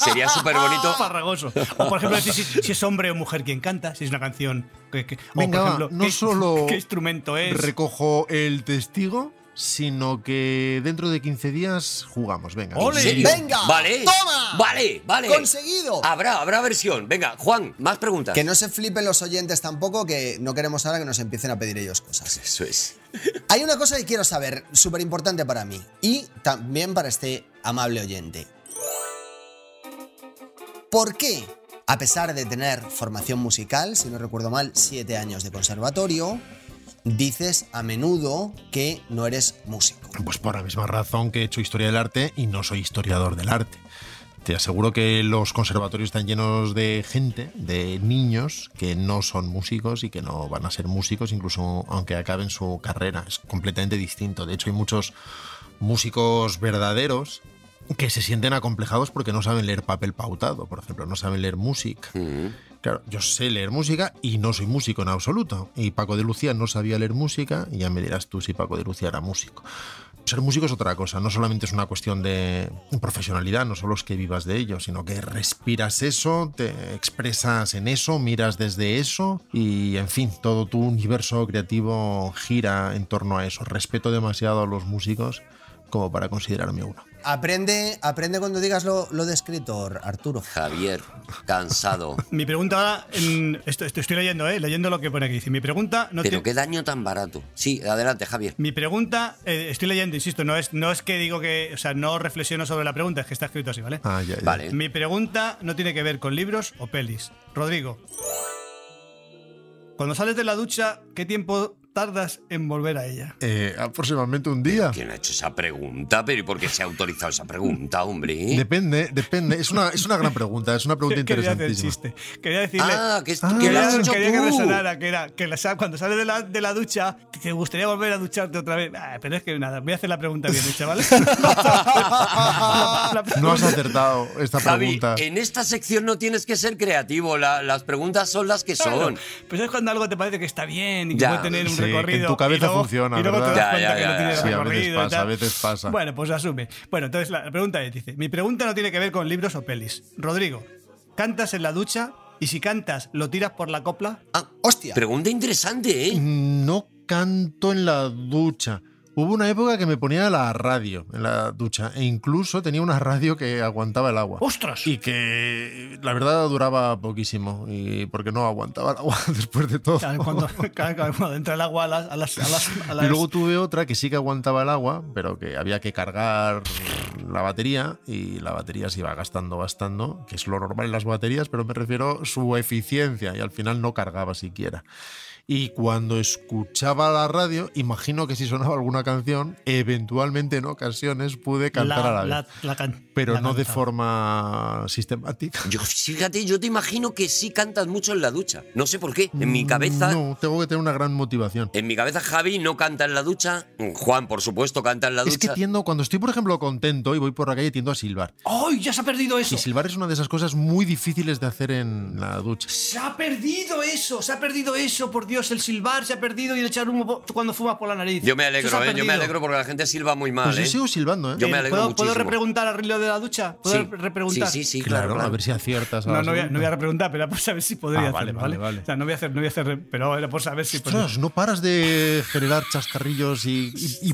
Speaker 3: Sería súper bonito.
Speaker 7: farragoso. O por ejemplo, decir si, si es hombre o mujer quien canta, si es una canción. Que, que- o,
Speaker 6: Venga,
Speaker 7: por
Speaker 6: va,
Speaker 7: ejemplo,
Speaker 6: no
Speaker 7: ¿qué,
Speaker 6: solo
Speaker 7: ¿Qué instrumento es?
Speaker 6: Recojo el testigo, sino que dentro de 15 días jugamos. Venga.
Speaker 7: ¡Ole!
Speaker 6: Sí.
Speaker 5: ¡Venga!
Speaker 3: Vale.
Speaker 5: ¡Toma!
Speaker 3: Vale, vale. Ah,
Speaker 5: ¡Conseguido!
Speaker 3: Habrá, habrá versión. Venga, Juan, más preguntas.
Speaker 5: Que no se flipen los oyentes tampoco, que no queremos ahora que nos empiecen a pedir ellos cosas.
Speaker 3: Eso es.
Speaker 5: Hay una cosa que quiero saber, súper importante para mí y también para este amable oyente. ¿Por qué, a pesar de tener formación musical, si no recuerdo mal, siete años de conservatorio, dices a menudo que no eres músico?
Speaker 6: Pues por la misma razón que he hecho historia del arte y no soy historiador del arte. Te aseguro que los conservatorios están llenos de gente, de niños que no son músicos y que no van a ser músicos, incluso aunque acaben su carrera. Es completamente distinto. De hecho, hay muchos músicos verdaderos que se sienten acomplejados porque no saben leer papel pautado, por ejemplo, no saben leer música. Claro, yo sé leer música y no soy músico en absoluto. Y Paco de Lucía no sabía leer música y ya me dirás tú si Paco de Lucía era músico. Ser músico es otra cosa, no solamente es una cuestión de profesionalidad, no solo es que vivas de ello, sino que respiras eso, te expresas en eso, miras desde eso y, en fin, todo tu universo creativo gira en torno a eso. Respeto demasiado a los músicos como para considerarme uno.
Speaker 5: Aprende, aprende cuando digas lo, lo de escritor, Arturo.
Speaker 3: Javier, cansado.
Speaker 7: Mi pregunta ahora, en- esto, esto estoy leyendo, ¿eh? leyendo lo que pone aquí. Dice, mi pregunta no
Speaker 3: Pero
Speaker 7: tiene-
Speaker 3: qué daño tan barato. Sí, adelante, Javier.
Speaker 7: Mi pregunta, eh, estoy leyendo, insisto, no es, no es que digo que, o sea, no reflexiono sobre la pregunta, es que está escrito así, ¿vale?
Speaker 6: Ah, ya, ya.
Speaker 3: Vale.
Speaker 7: Eh, Mi pregunta no tiene que ver con libros o pelis. Rodrigo, cuando sales de la ducha, ¿qué tiempo tardas en volver a ella?
Speaker 6: Eh, aproximadamente un día.
Speaker 3: ¿Quién ha hecho esa pregunta? ¿Pero y por qué se ha autorizado esa pregunta, hombre?
Speaker 6: Depende, depende. Es una, es una gran pregunta, es una pregunta
Speaker 7: ¿Eh? Quería hacer
Speaker 6: interesantísima.
Speaker 7: chiste. Quería decirle.
Speaker 3: Ah, que es-
Speaker 6: que
Speaker 7: quería,
Speaker 6: lo has hecho
Speaker 7: quería que
Speaker 6: tú.
Speaker 7: resonara, que era que la sa- cuando sales de la, de la ducha, que te gustaría volver a ducharte otra vez. Ah, pero es que nada, voy a hacer la pregunta bien hecha, ¿vale? La
Speaker 6: No has acertado esta
Speaker 3: Javi,
Speaker 6: pregunta.
Speaker 3: en esta sección no tienes que ser creativo. la- las preguntas son las que son.
Speaker 7: Pues es cuando algo te parece que está bien y que
Speaker 3: Ya.
Speaker 7: puede tener un
Speaker 6: Sí, que en
Speaker 7: recorrido.
Speaker 6: tu cabeza
Speaker 7: y luego-
Speaker 6: funciona,
Speaker 7: Y luego te
Speaker 6: ¿verdad?
Speaker 7: das
Speaker 3: Ya,
Speaker 7: cuenta
Speaker 3: ya,
Speaker 7: que
Speaker 3: ya,
Speaker 7: no tiene
Speaker 3: ya.
Speaker 6: Sí, a veces
Speaker 7: recorrido. y
Speaker 6: pasa,
Speaker 7: tal.
Speaker 6: a veces pasa.
Speaker 7: Bueno, pues asume. Bueno, entonces la la pregunta es, dice, mi pregunta no tiene que ver con libros o pelis. Rodrigo, ¿cantas en la ducha? Y si cantas, ¿lo tiras por la copla?
Speaker 3: Ah,
Speaker 5: Hostia.
Speaker 3: pregunta interesante, ¿eh?
Speaker 6: No canto en la ducha. Hubo una época que me ponía la radio en la ducha e incluso tenía una radio que aguantaba el agua.
Speaker 7: ¡Ostras!
Speaker 6: Y que la verdad duraba poquísimo y porque no aguantaba el agua después de todo.
Speaker 7: Claro, Cuando, claro, claro, cuando entra el agua a las... A las, a las- a las-
Speaker 6: Y luego tuve otra que sí que aguantaba el agua, pero que había que cargar la batería y la batería se iba gastando, gastando, que es lo normal en las baterías, pero me refiero su eficiencia y al final no cargaba siquiera. Y cuando escuchaba la radio, imagino que si sonaba alguna canción, eventualmente en ocasiones pude cantar
Speaker 7: la-
Speaker 6: a la vez.
Speaker 7: la- la can-
Speaker 6: pero
Speaker 7: la
Speaker 6: no de
Speaker 7: canta.
Speaker 6: forma sistemática.
Speaker 3: Yo, fíjate, yo te imagino que sí cantas mucho en la ducha. No sé por qué. En mi cabeza,
Speaker 6: No, tengo que tener una gran motivación.
Speaker 3: en mi cabeza Javi no canta en la ducha. Juan, por supuesto, canta en la ducha.
Speaker 6: Es que tiendo, cuando estoy, por ejemplo, contento y voy por la calle, tiendo a silbar.
Speaker 7: ¡Ay, ya se ha perdido eso!
Speaker 6: Y silbar es una de esas cosas muy difíciles de hacer en la ducha.
Speaker 7: Se ha perdido eso, se ha perdido eso, por Dios, el silbar se ha perdido y el echar humo po- cuando fumas por la nariz.
Speaker 3: Yo me
Speaker 7: Eso
Speaker 3: alegro,
Speaker 7: se ha
Speaker 3: ¿eh? Yo me
Speaker 7: perdido.
Speaker 3: alegro porque la gente silba muy mal,
Speaker 6: Pues yo
Speaker 3: ¿eh?
Speaker 6: sigo silbando, ¿eh?
Speaker 3: Yo me
Speaker 7: Eh,
Speaker 3: alegro
Speaker 7: ¿Puedo, ¿puedo
Speaker 3: muchísimo.
Speaker 7: repreguntar al río de la ducha? ¿Puedo
Speaker 3: Sí.
Speaker 7: repreguntar?
Speaker 3: Sí, sí, sí,
Speaker 6: claro,
Speaker 3: claro, claro.
Speaker 6: a ver si aciertas. a
Speaker 7: No,
Speaker 6: la
Speaker 7: no voy, a, no
Speaker 6: segunda.
Speaker 7: voy a repreguntar, pero era por saber si podría
Speaker 6: Ah, vale,
Speaker 7: hacerlo,
Speaker 6: vale,
Speaker 7: ¿vale?
Speaker 6: vale.
Speaker 7: O sea, no voy a hacer, no voy a hacer, pero era por saber si podría.
Speaker 6: Ostras, no paras de generar chascarrillos y, y- y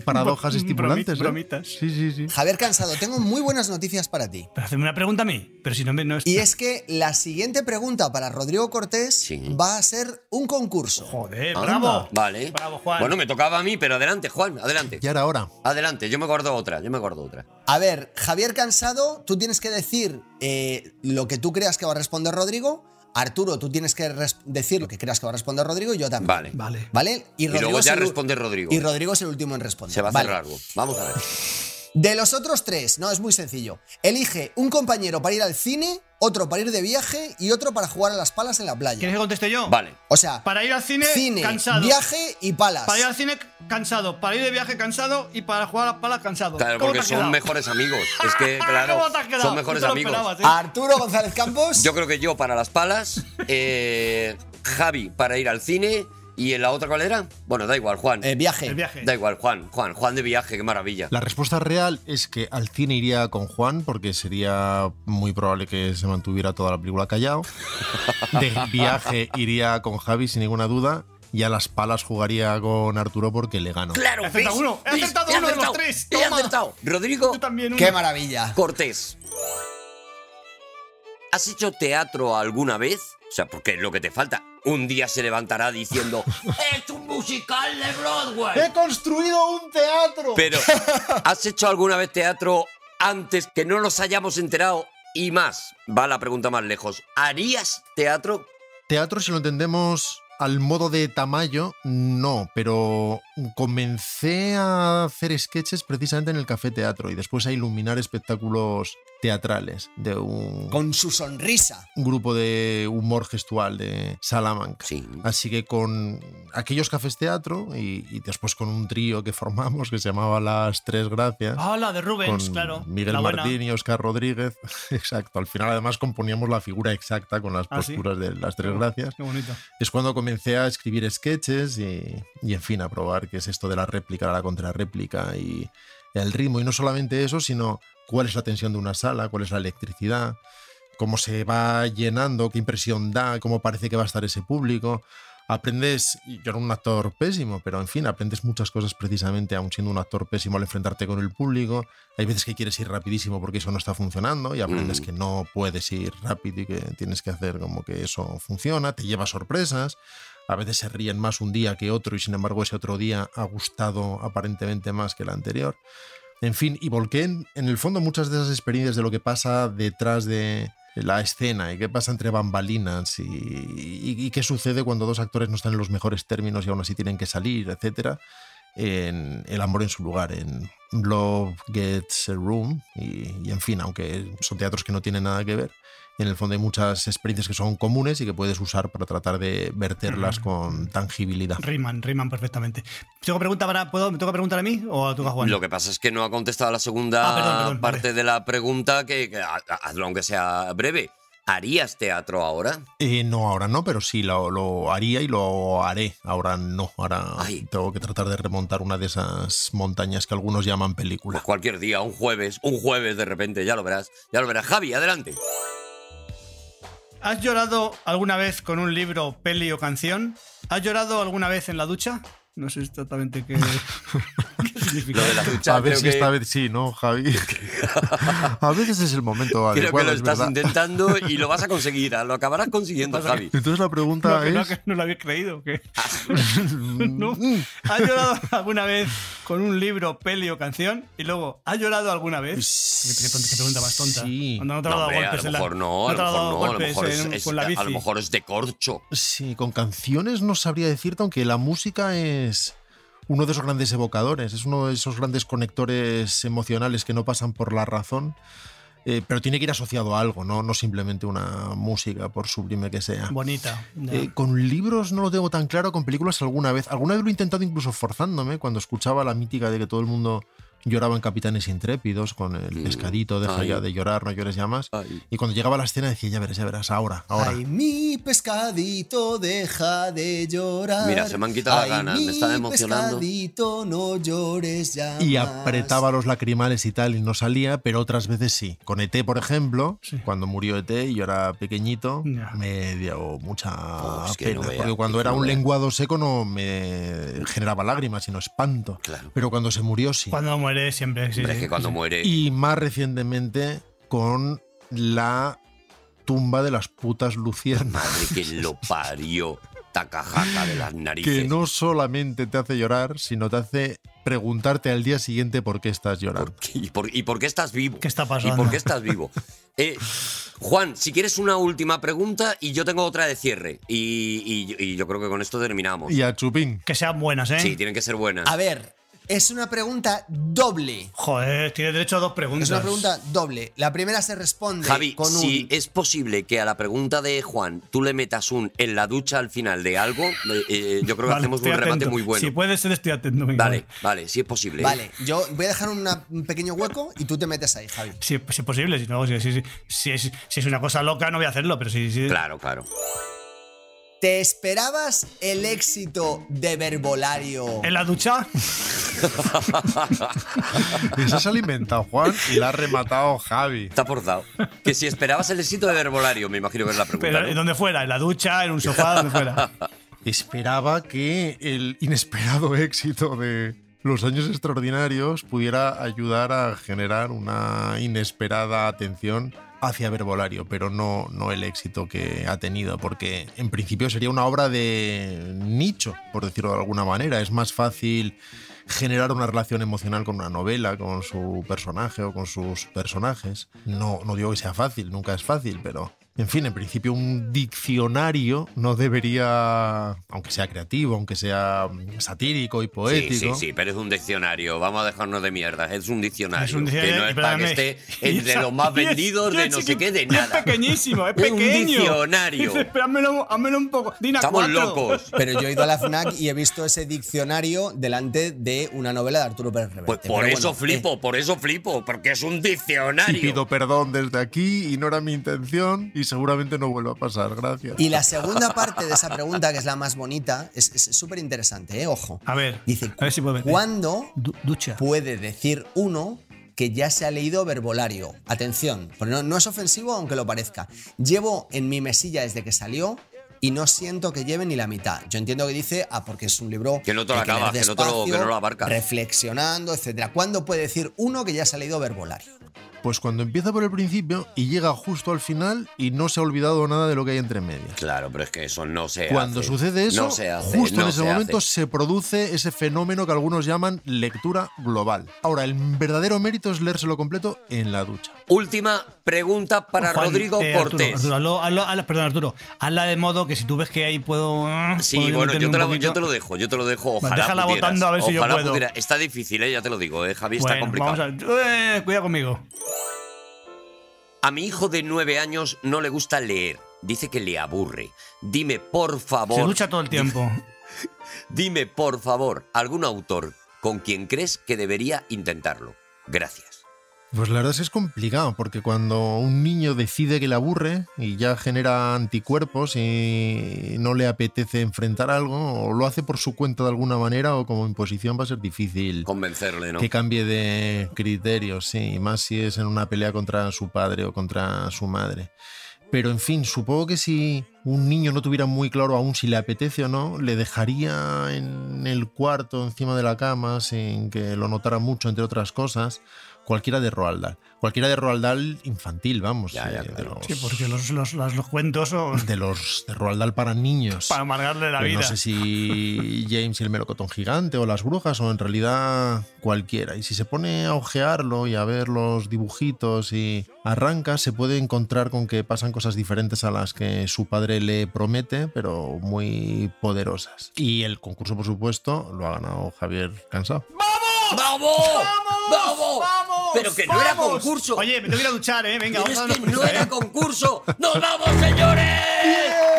Speaker 6: paradojas
Speaker 7: Bro-
Speaker 6: estimulantes.
Speaker 7: bromi-
Speaker 6: ¿eh?
Speaker 7: bromitas.
Speaker 6: Sí, sí, sí.
Speaker 5: Javier Cansado, tengo muy buenas noticias para ti.
Speaker 7: Pero hacerme una pregunta a mí, pero si no me no es.
Speaker 5: Y es que la siguiente pregunta para Rodrigo Cortés
Speaker 3: Sí.
Speaker 5: va a ser un concurso.
Speaker 7: Joder,
Speaker 3: Anda.
Speaker 7: bravo.
Speaker 3: Vale.
Speaker 7: Bravo, Juan.
Speaker 3: Bueno, me tocaba a mí, pero adelante, Juan, adelante.
Speaker 6: Y ahora, ahora.
Speaker 3: Adelante, yo me acuerdo otra, yo me acuerdo otra.
Speaker 5: A ver, Javier Cansado, tú tienes que decir eh, lo que tú creas que va a responder Rodrigo. Arturo, tú tienes que res- decir lo que creas que va a responder Rodrigo y yo también.
Speaker 3: Vale.
Speaker 7: Vale.
Speaker 5: ¿Vale?
Speaker 3: Y luego
Speaker 5: es
Speaker 3: ya
Speaker 5: el-
Speaker 3: responde Rodrigo.
Speaker 5: Y Rodrigo es el último en responder.
Speaker 3: Se va a hacer
Speaker 5: Vale.
Speaker 3: largo. Vamos a ver.
Speaker 5: De los otros tres, no, es muy sencillo. Elige un compañero para ir al cine, otro para ir de viaje y otro para jugar a las palas en la playa.
Speaker 7: ¿Quieres que conteste yo?
Speaker 3: Vale.
Speaker 5: O sea,
Speaker 7: Para ir al cine,
Speaker 5: cine,
Speaker 7: cansado.
Speaker 5: viaje y palas.
Speaker 7: Para ir al cine, cansado. Para ir de viaje, cansado. Y para jugar a las palas, cansado.
Speaker 3: Claro,
Speaker 7: ¿Cómo te
Speaker 3: porque
Speaker 7: has
Speaker 3: son
Speaker 7: quedado?
Speaker 3: mejores amigos. Es que, claro,
Speaker 7: ¿Cómo te has quedado?
Speaker 3: son mejores
Speaker 7: No te lo
Speaker 3: amigos.
Speaker 7: esperabas, ¿eh?
Speaker 5: Arturo González Campos.
Speaker 3: Yo creo que yo para las palas, eh, Javi para ir al cine y en la otra cuál era? Bueno, da igual, Juan.
Speaker 5: Eh, viaje.
Speaker 7: El viaje.
Speaker 3: Da igual, Juan, Juan, Juan de viaje, qué maravilla.
Speaker 6: La respuesta real es que al cine iría con Juan porque sería muy probable que se mantuviera toda la película callado. De viaje iría con Javi sin ninguna duda. Y a las palas jugaría con Arturo porque le gano.
Speaker 3: Claro,
Speaker 7: He acertado
Speaker 3: ¿ves?
Speaker 7: uno, he
Speaker 3: ¿Ves?
Speaker 7: acertado
Speaker 3: He
Speaker 7: uno de los tres,
Speaker 3: He
Speaker 7: toma.
Speaker 3: acertado. Rodrigo
Speaker 7: Yo también uno.
Speaker 5: Qué maravilla.
Speaker 3: Cortés. ¿Has hecho teatro alguna vez? O sea, porque es lo que te falta. Un día se levantará diciendo ¡Es un musical de Broadway!
Speaker 6: construido un teatro!
Speaker 3: Pero, ¿has hecho alguna vez teatro antes que no nos hayamos enterado? Y más, va la pregunta más lejos. ¿Harías teatro?
Speaker 6: Teatro, si lo entendemos al modo de Tamayo, no, pero comencé a hacer sketches precisamente en el Café Teatro y después a iluminar espectáculos teatrales de un
Speaker 5: Con su sonrisa.
Speaker 6: grupo de humor gestual de Salamanca.
Speaker 3: Sí.
Speaker 6: Así que con aquellos cafés teatro y, y después con un trío que formamos que se llamaba Las Tres Gracias.
Speaker 7: Ah, la de Rubens,
Speaker 6: con
Speaker 7: claro.
Speaker 6: Miguel
Speaker 7: la buena.
Speaker 6: Martín y Oscar Rodríguez. Exacto. Al final, además, componíamos la figura exacta con las
Speaker 7: Ah, ¿sí?
Speaker 6: posturas de las tres
Speaker 7: Qué
Speaker 6: gracias.
Speaker 7: Qué bonito.
Speaker 6: Es cuando comencé a escribir sketches y, y, en fin, a probar qué es esto de la réplica, la contrarréplica y el ritmo. Y no solamente eso, sino cuál es la tensión de una sala, cuál es la electricidad, cómo se va llenando, qué impresión da, cómo parece que va a estar ese público. aprendes, y yo era un actor pésimo, pero en fin, aprendes muchas cosas precisamente aún siendo un actor pésimo al enfrentarte con el público. Hay veces que quieres ir rapidísimo porque eso no está funcionando y aprendes
Speaker 13: Mm.
Speaker 6: que no puedes ir rápido y que tienes que hacer como que eso funciona, te lleva sorpresas. A veces se ríen más un día que otro y sin embargo ese otro día ha gustado aparentemente más que el anterior. En fin, y volqué en, en el fondo muchas de esas experiencias de lo que pasa detrás de la escena y qué pasa entre bambalinas y, y- y qué sucede cuando dos actores no están en los mejores términos y aún así tienen que salir, etcétera, en El amor en su lugar, en Love Gets a Room y, y en fin, aunque son teatros que no tienen nada que ver, en el fondo hay muchas experiencias que son comunes y que puedes usar para tratar de verterlas con tangibilidad.
Speaker 7: Riman, riman perfectamente. ¿Tengo pregunta para, ¿puedo, ¿Me toca preguntar a mí o a toca a Juan?
Speaker 3: Lo que pasa es que no ha contestado la segunda
Speaker 7: Ah, perdón, perdón,
Speaker 3: parte de la pregunta, que, que ha- ha- hazlo aunque sea breve. ¿Harías teatro ahora?
Speaker 6: Eh, no, ahora no, pero sí lo, lo haría y lo haré. Ahora no, ahora tengo que tratar de remontar una de esas montañas que algunos llaman película.
Speaker 3: Pues Cualquier día, un jueves, un jueves de repente, ya lo verás, ya lo verás. Javi, adelante.
Speaker 7: ¿Has llorado alguna vez con un libro, peli o canción? ¿Has llorado alguna vez en la ducha? No sé exactamente qué, qué significa.
Speaker 6: A ver si esta vez sí, ¿no, Javi? a veces es el momento
Speaker 3: Creo que
Speaker 6: adecuado.
Speaker 3: lo
Speaker 6: es
Speaker 3: estás
Speaker 6: verdad.
Speaker 3: intentando y lo vas a conseguir, ¿ah? lo acabarás consiguiendo, Javi.
Speaker 6: Entonces la
Speaker 7: No,
Speaker 6: pregunta
Speaker 7: que no,
Speaker 6: es. mm,
Speaker 7: que no lo habéis creído. ¿o qué? ¿No? ¿Has llorado alguna vez con un libro, peli o canción? Y luego, ¿has llorado alguna vez? ¿Qué, qué- qué pregunta más tonta? Cuando no te ha
Speaker 3: No,
Speaker 7: dado
Speaker 3: hombre, a
Speaker 7: golpes
Speaker 3: lo
Speaker 7: en la-
Speaker 3: mejor no, a
Speaker 7: te
Speaker 3: lo
Speaker 7: ha
Speaker 3: mejor
Speaker 7: dado
Speaker 3: no, a lo
Speaker 7: golpes
Speaker 3: mejor es,
Speaker 7: en-
Speaker 3: es-
Speaker 7: con la bici.
Speaker 3: a lo mejor es de corcho.
Speaker 6: Sí, con canciones no sabría decirte, aunque la música es uno de esos grandes evocadores, es uno de esos grandes conectores emocionales que no pasan por la razón, eh, pero tiene que ir asociado a algo, ¿no? no simplemente una música, por sublime que sea.
Speaker 7: Bonita. ya.
Speaker 6: Eh, con libros no lo tengo tan claro, con películas alguna vez. Alguna vez lo he intentado incluso forzándome, cuando escuchaba la mítica de que todo el mundo lloraba en Capitanes Intrépidos, con el pescadito, deja
Speaker 13: Ay.
Speaker 6: ya de llorar, no llores ya más. Y cuando llegaba la escena decía, ya verás, ya verás, ahora, ahora.
Speaker 5: Ay, mi pescadito, deja de llorar.
Speaker 6: Mira, se me han quitado las
Speaker 5: Ay,
Speaker 6: ganas, me
Speaker 5: mi
Speaker 6: están emocionando.
Speaker 5: Pescadito, no llores ya.
Speaker 6: y
Speaker 5: más.
Speaker 6: apretaba los lacrimales y tal y no salía, pero otras veces sí. Con ET, por ejemplo, cuando murió ET y yo era pequeñito, me dio mucha
Speaker 13: es Pues que
Speaker 6: pena.
Speaker 13: no vea,
Speaker 6: porque cuando
Speaker 13: es que
Speaker 6: era
Speaker 13: no
Speaker 6: un
Speaker 13: vea.
Speaker 6: lenguado seco no me generaba lágrimas, sino espanto. Pero cuando se murió sí.
Speaker 7: Cuando muere siempre. sí,
Speaker 3: Hombre, es
Speaker 7: sí.
Speaker 3: que cuando muere.
Speaker 6: Y más recientemente con la tumba de las putas luciernas.
Speaker 3: Madre que lo parió. Tacajaca de las narices.
Speaker 6: Que no solamente te hace llorar, sino te hace preguntarte al día siguiente por qué estás llorando.
Speaker 3: ¿Y por, y por qué estás vivo? ¿Qué está
Speaker 6: pasando?
Speaker 3: ¿Y por qué estás vivo? Eh, Juan, si quieres una última pregunta y yo tengo otra de cierre. Y, y- y yo creo que con esto terminamos.
Speaker 6: Y a Chupín.
Speaker 7: Que sean buenas, ¿eh?
Speaker 3: Sí, tienen que ser buenas.
Speaker 5: A ver, es una pregunta doble.
Speaker 7: Joder, tiene derecho a dos preguntas.
Speaker 5: Es una pregunta doble. La primera se responde
Speaker 3: Javi,
Speaker 5: con
Speaker 3: si
Speaker 5: un.
Speaker 3: es posible que a la pregunta de Juan tú le metas un en la ducha al final de algo, eh, eh, yo creo que
Speaker 7: Vale,
Speaker 3: hacemos un
Speaker 7: estoy
Speaker 3: remate
Speaker 7: atento.
Speaker 3: muy bueno.
Speaker 7: Si puede ser, estoy atento. venga,
Speaker 3: Vale, vale, si es posible. ¿eh?
Speaker 5: Vale, yo voy a dejar una- un pequeño hueco y tú te metes ahí, Javi.
Speaker 7: Si, si es posible, si no, si, si- si es, si es una cosa loca, no voy a hacerlo, pero si.
Speaker 3: Claro, claro.
Speaker 5: ¿Te esperabas el éxito de Verbolario?
Speaker 7: ¿En la ducha?
Speaker 6: Esa se ha inventado Juan y la ha rematado Javi.
Speaker 3: Está forzado. Que si esperabas el éxito de Verbolario, me imagino que es la pregunta.
Speaker 7: Pero
Speaker 3: ¿no?
Speaker 7: en donde fuera, en la ducha, en un sofá, donde fuera.
Speaker 6: Esperaba que el inesperado éxito de los años extraordinarios pudiera ayudar a generar una inesperada atención hacia Verbolario, pero no, no el éxito que ha tenido, porque en principio sería una obra de nicho, por decirlo de alguna manera. Es más fácil generar una relación emocional con una novela, con su personaje o con sus personajes. No, no digo que sea fácil, nunca es fácil, pero en fin, en principio un diccionario no debería, aunque sea creativo, aunque sea mm, satírico y
Speaker 3: Sí, sí,
Speaker 6: poético.
Speaker 3: sí, pero es un diccionario. Vamos a dejarnos de mierda. Es un diccionario.
Speaker 6: Es un
Speaker 3: Que no
Speaker 6: diccionario,
Speaker 3: es para que
Speaker 6: perdóname.
Speaker 3: esté entre
Speaker 6: Y
Speaker 3: los más
Speaker 6: esa- y es-
Speaker 3: vendidos
Speaker 6: y
Speaker 3: de
Speaker 6: es
Speaker 3: no sé qué, de
Speaker 6: chiquito, y es
Speaker 3: nada.
Speaker 7: Pequeñísimo, es
Speaker 3: Es un
Speaker 7: pequeño.
Speaker 3: diccionario.
Speaker 7: Dice, "Pero házmelo- házmelo un poco. Dina
Speaker 5: Pero yo he ido a la FNAC y he visto ese diccionario delante de una novela de Arturo Pérez Reverte.
Speaker 3: Pues por
Speaker 5: Pero
Speaker 3: eso
Speaker 5: bueno,
Speaker 6: eh.
Speaker 3: flipo, por eso flipo, porque es un
Speaker 6: Y
Speaker 3: diccionario.
Speaker 6: pido perdón desde aquí y no era mi intención y seguramente no vuelva a pasar. Gracias.
Speaker 5: Y la segunda parte de esa pregunta, que es la más bonita, es es súper interesante, ¿eh? ojo.
Speaker 7: A ver,
Speaker 5: Dice,
Speaker 7: a ver si puedo meter.
Speaker 5: ¿Cuándo
Speaker 7: ducha.
Speaker 5: puede decir uno que ya se ha leído verbolario? Atención, porque no, no es ofensivo aunque lo parezca. Llevo en mi mesilla desde que salió y no siento que lleve ni la mitad. Yo entiendo que dice, ah, porque es un libro
Speaker 3: Que no te lo
Speaker 5: hay leer
Speaker 3: acabas, que no te lo-
Speaker 5: despacio,
Speaker 3: que no lo abarcas.
Speaker 5: Reflexionando, etcétera. ¿Cuándo puede decir uno que ya se ha leído verbolario?
Speaker 6: Pues cuando empieza por el principio y llega justo al final y no se ha olvidado nada de lo que hay entre medias.
Speaker 3: Claro, pero es que eso no se
Speaker 6: Cuando
Speaker 3: hace.
Speaker 6: sucede eso,
Speaker 3: No se hace,
Speaker 6: justo
Speaker 3: no
Speaker 6: en ese
Speaker 3: se
Speaker 6: momento
Speaker 3: hace.
Speaker 6: se produce ese fenómeno que algunos llaman lectura global. Ahora, el verdadero mérito es leérselo completo en la ducha.
Speaker 3: Última pregunta para
Speaker 7: Juan,
Speaker 3: Rodrigo
Speaker 7: eh, Arturo,
Speaker 3: Cortés.
Speaker 7: Arturo, hazlo- hazlo- hazlo- perdón, Arturo. Hazla de modo que si tú ves que ahí puedo.
Speaker 3: Sí, bueno, yo te, la- yo te lo dejo, yo te lo dejo. Ojalá
Speaker 7: déjala
Speaker 3: pudieras,
Speaker 7: votando a ver si yo
Speaker 3: ojalá
Speaker 7: puedo.
Speaker 3: pudiera. Está difícil, eh, ya te lo digo, eh, Javi, está
Speaker 7: Bueno,
Speaker 3: complicado.
Speaker 7: vamos a- eh, cuidado conmigo.
Speaker 3: A mi hijo de nueve años no le gusta leer. Dice que le aburre. Dime, por favor.
Speaker 7: Se lucha todo el tiempo.
Speaker 3: Dime, por favor, algún autor con quien crees que debería intentarlo. Gracias.
Speaker 6: Pues la verdad es que es complicado, porque cuando un niño decide que le aburre y ya genera anticuerpos y no le apetece enfrentar algo, o lo hace por su cuenta de alguna manera o como imposición, va a ser difícil
Speaker 3: Convencerle, ¿no?
Speaker 6: que cambie de criterio, sí, y más si es en una pelea contra su padre o contra su madre. Pero en fin, supongo que si un niño no tuviera muy claro aún si le apetece o no, le dejaría en el cuarto, encima de la cama, sin que lo notara mucho, entre otras cosas, cualquiera de Roald Dahl. Cualquiera de Roald Dahl infantil, vamos. eh, de,
Speaker 7: Sí,
Speaker 6: los,
Speaker 7: porque los, los, los- los cuentos son
Speaker 6: de los de Roald Dahl para niños.
Speaker 7: para amargarle la
Speaker 6: Pues
Speaker 7: vida.
Speaker 6: No sé si James y el melocotón gigante o las brujas o en realidad cualquiera. Y si se pone a ojearlo y a ver los dibujitos y arranca, se puede encontrar con que pasan cosas diferentes a las que su padre le promete, pero muy poderosas. Y el concurso, por supuesto, lo ha ganado Javier Cansado.
Speaker 3: ¡Vamos! ¡Vamos! Pero que no era
Speaker 7: ¡Vamos!
Speaker 3: concurso.
Speaker 7: Oye, me tengo que ir a duchar, ¿eh? Venga,
Speaker 3: Pero
Speaker 7: vamos
Speaker 3: es
Speaker 7: a darnos
Speaker 3: que
Speaker 7: prisa,
Speaker 3: no era
Speaker 7: ¿eh?
Speaker 3: concurso. ¡Nos vamos, señores!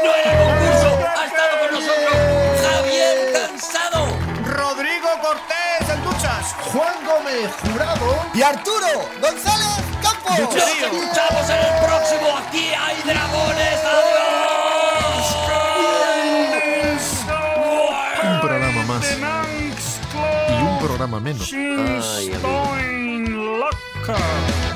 Speaker 3: ¡No era concurso! ¡Ha estado con nosotros Javier Cansado!
Speaker 4: Rodrigo Cortés en duchas.
Speaker 5: Juan Gómez Jurado y Arturo González Campos.
Speaker 3: ¡Nos escuchamos en el próximo! ¡Aquí hay dragones! ¡Adiós!
Speaker 6: Un programa más y un programa menos.
Speaker 3: Ay, amigo.
Speaker 7: Loca.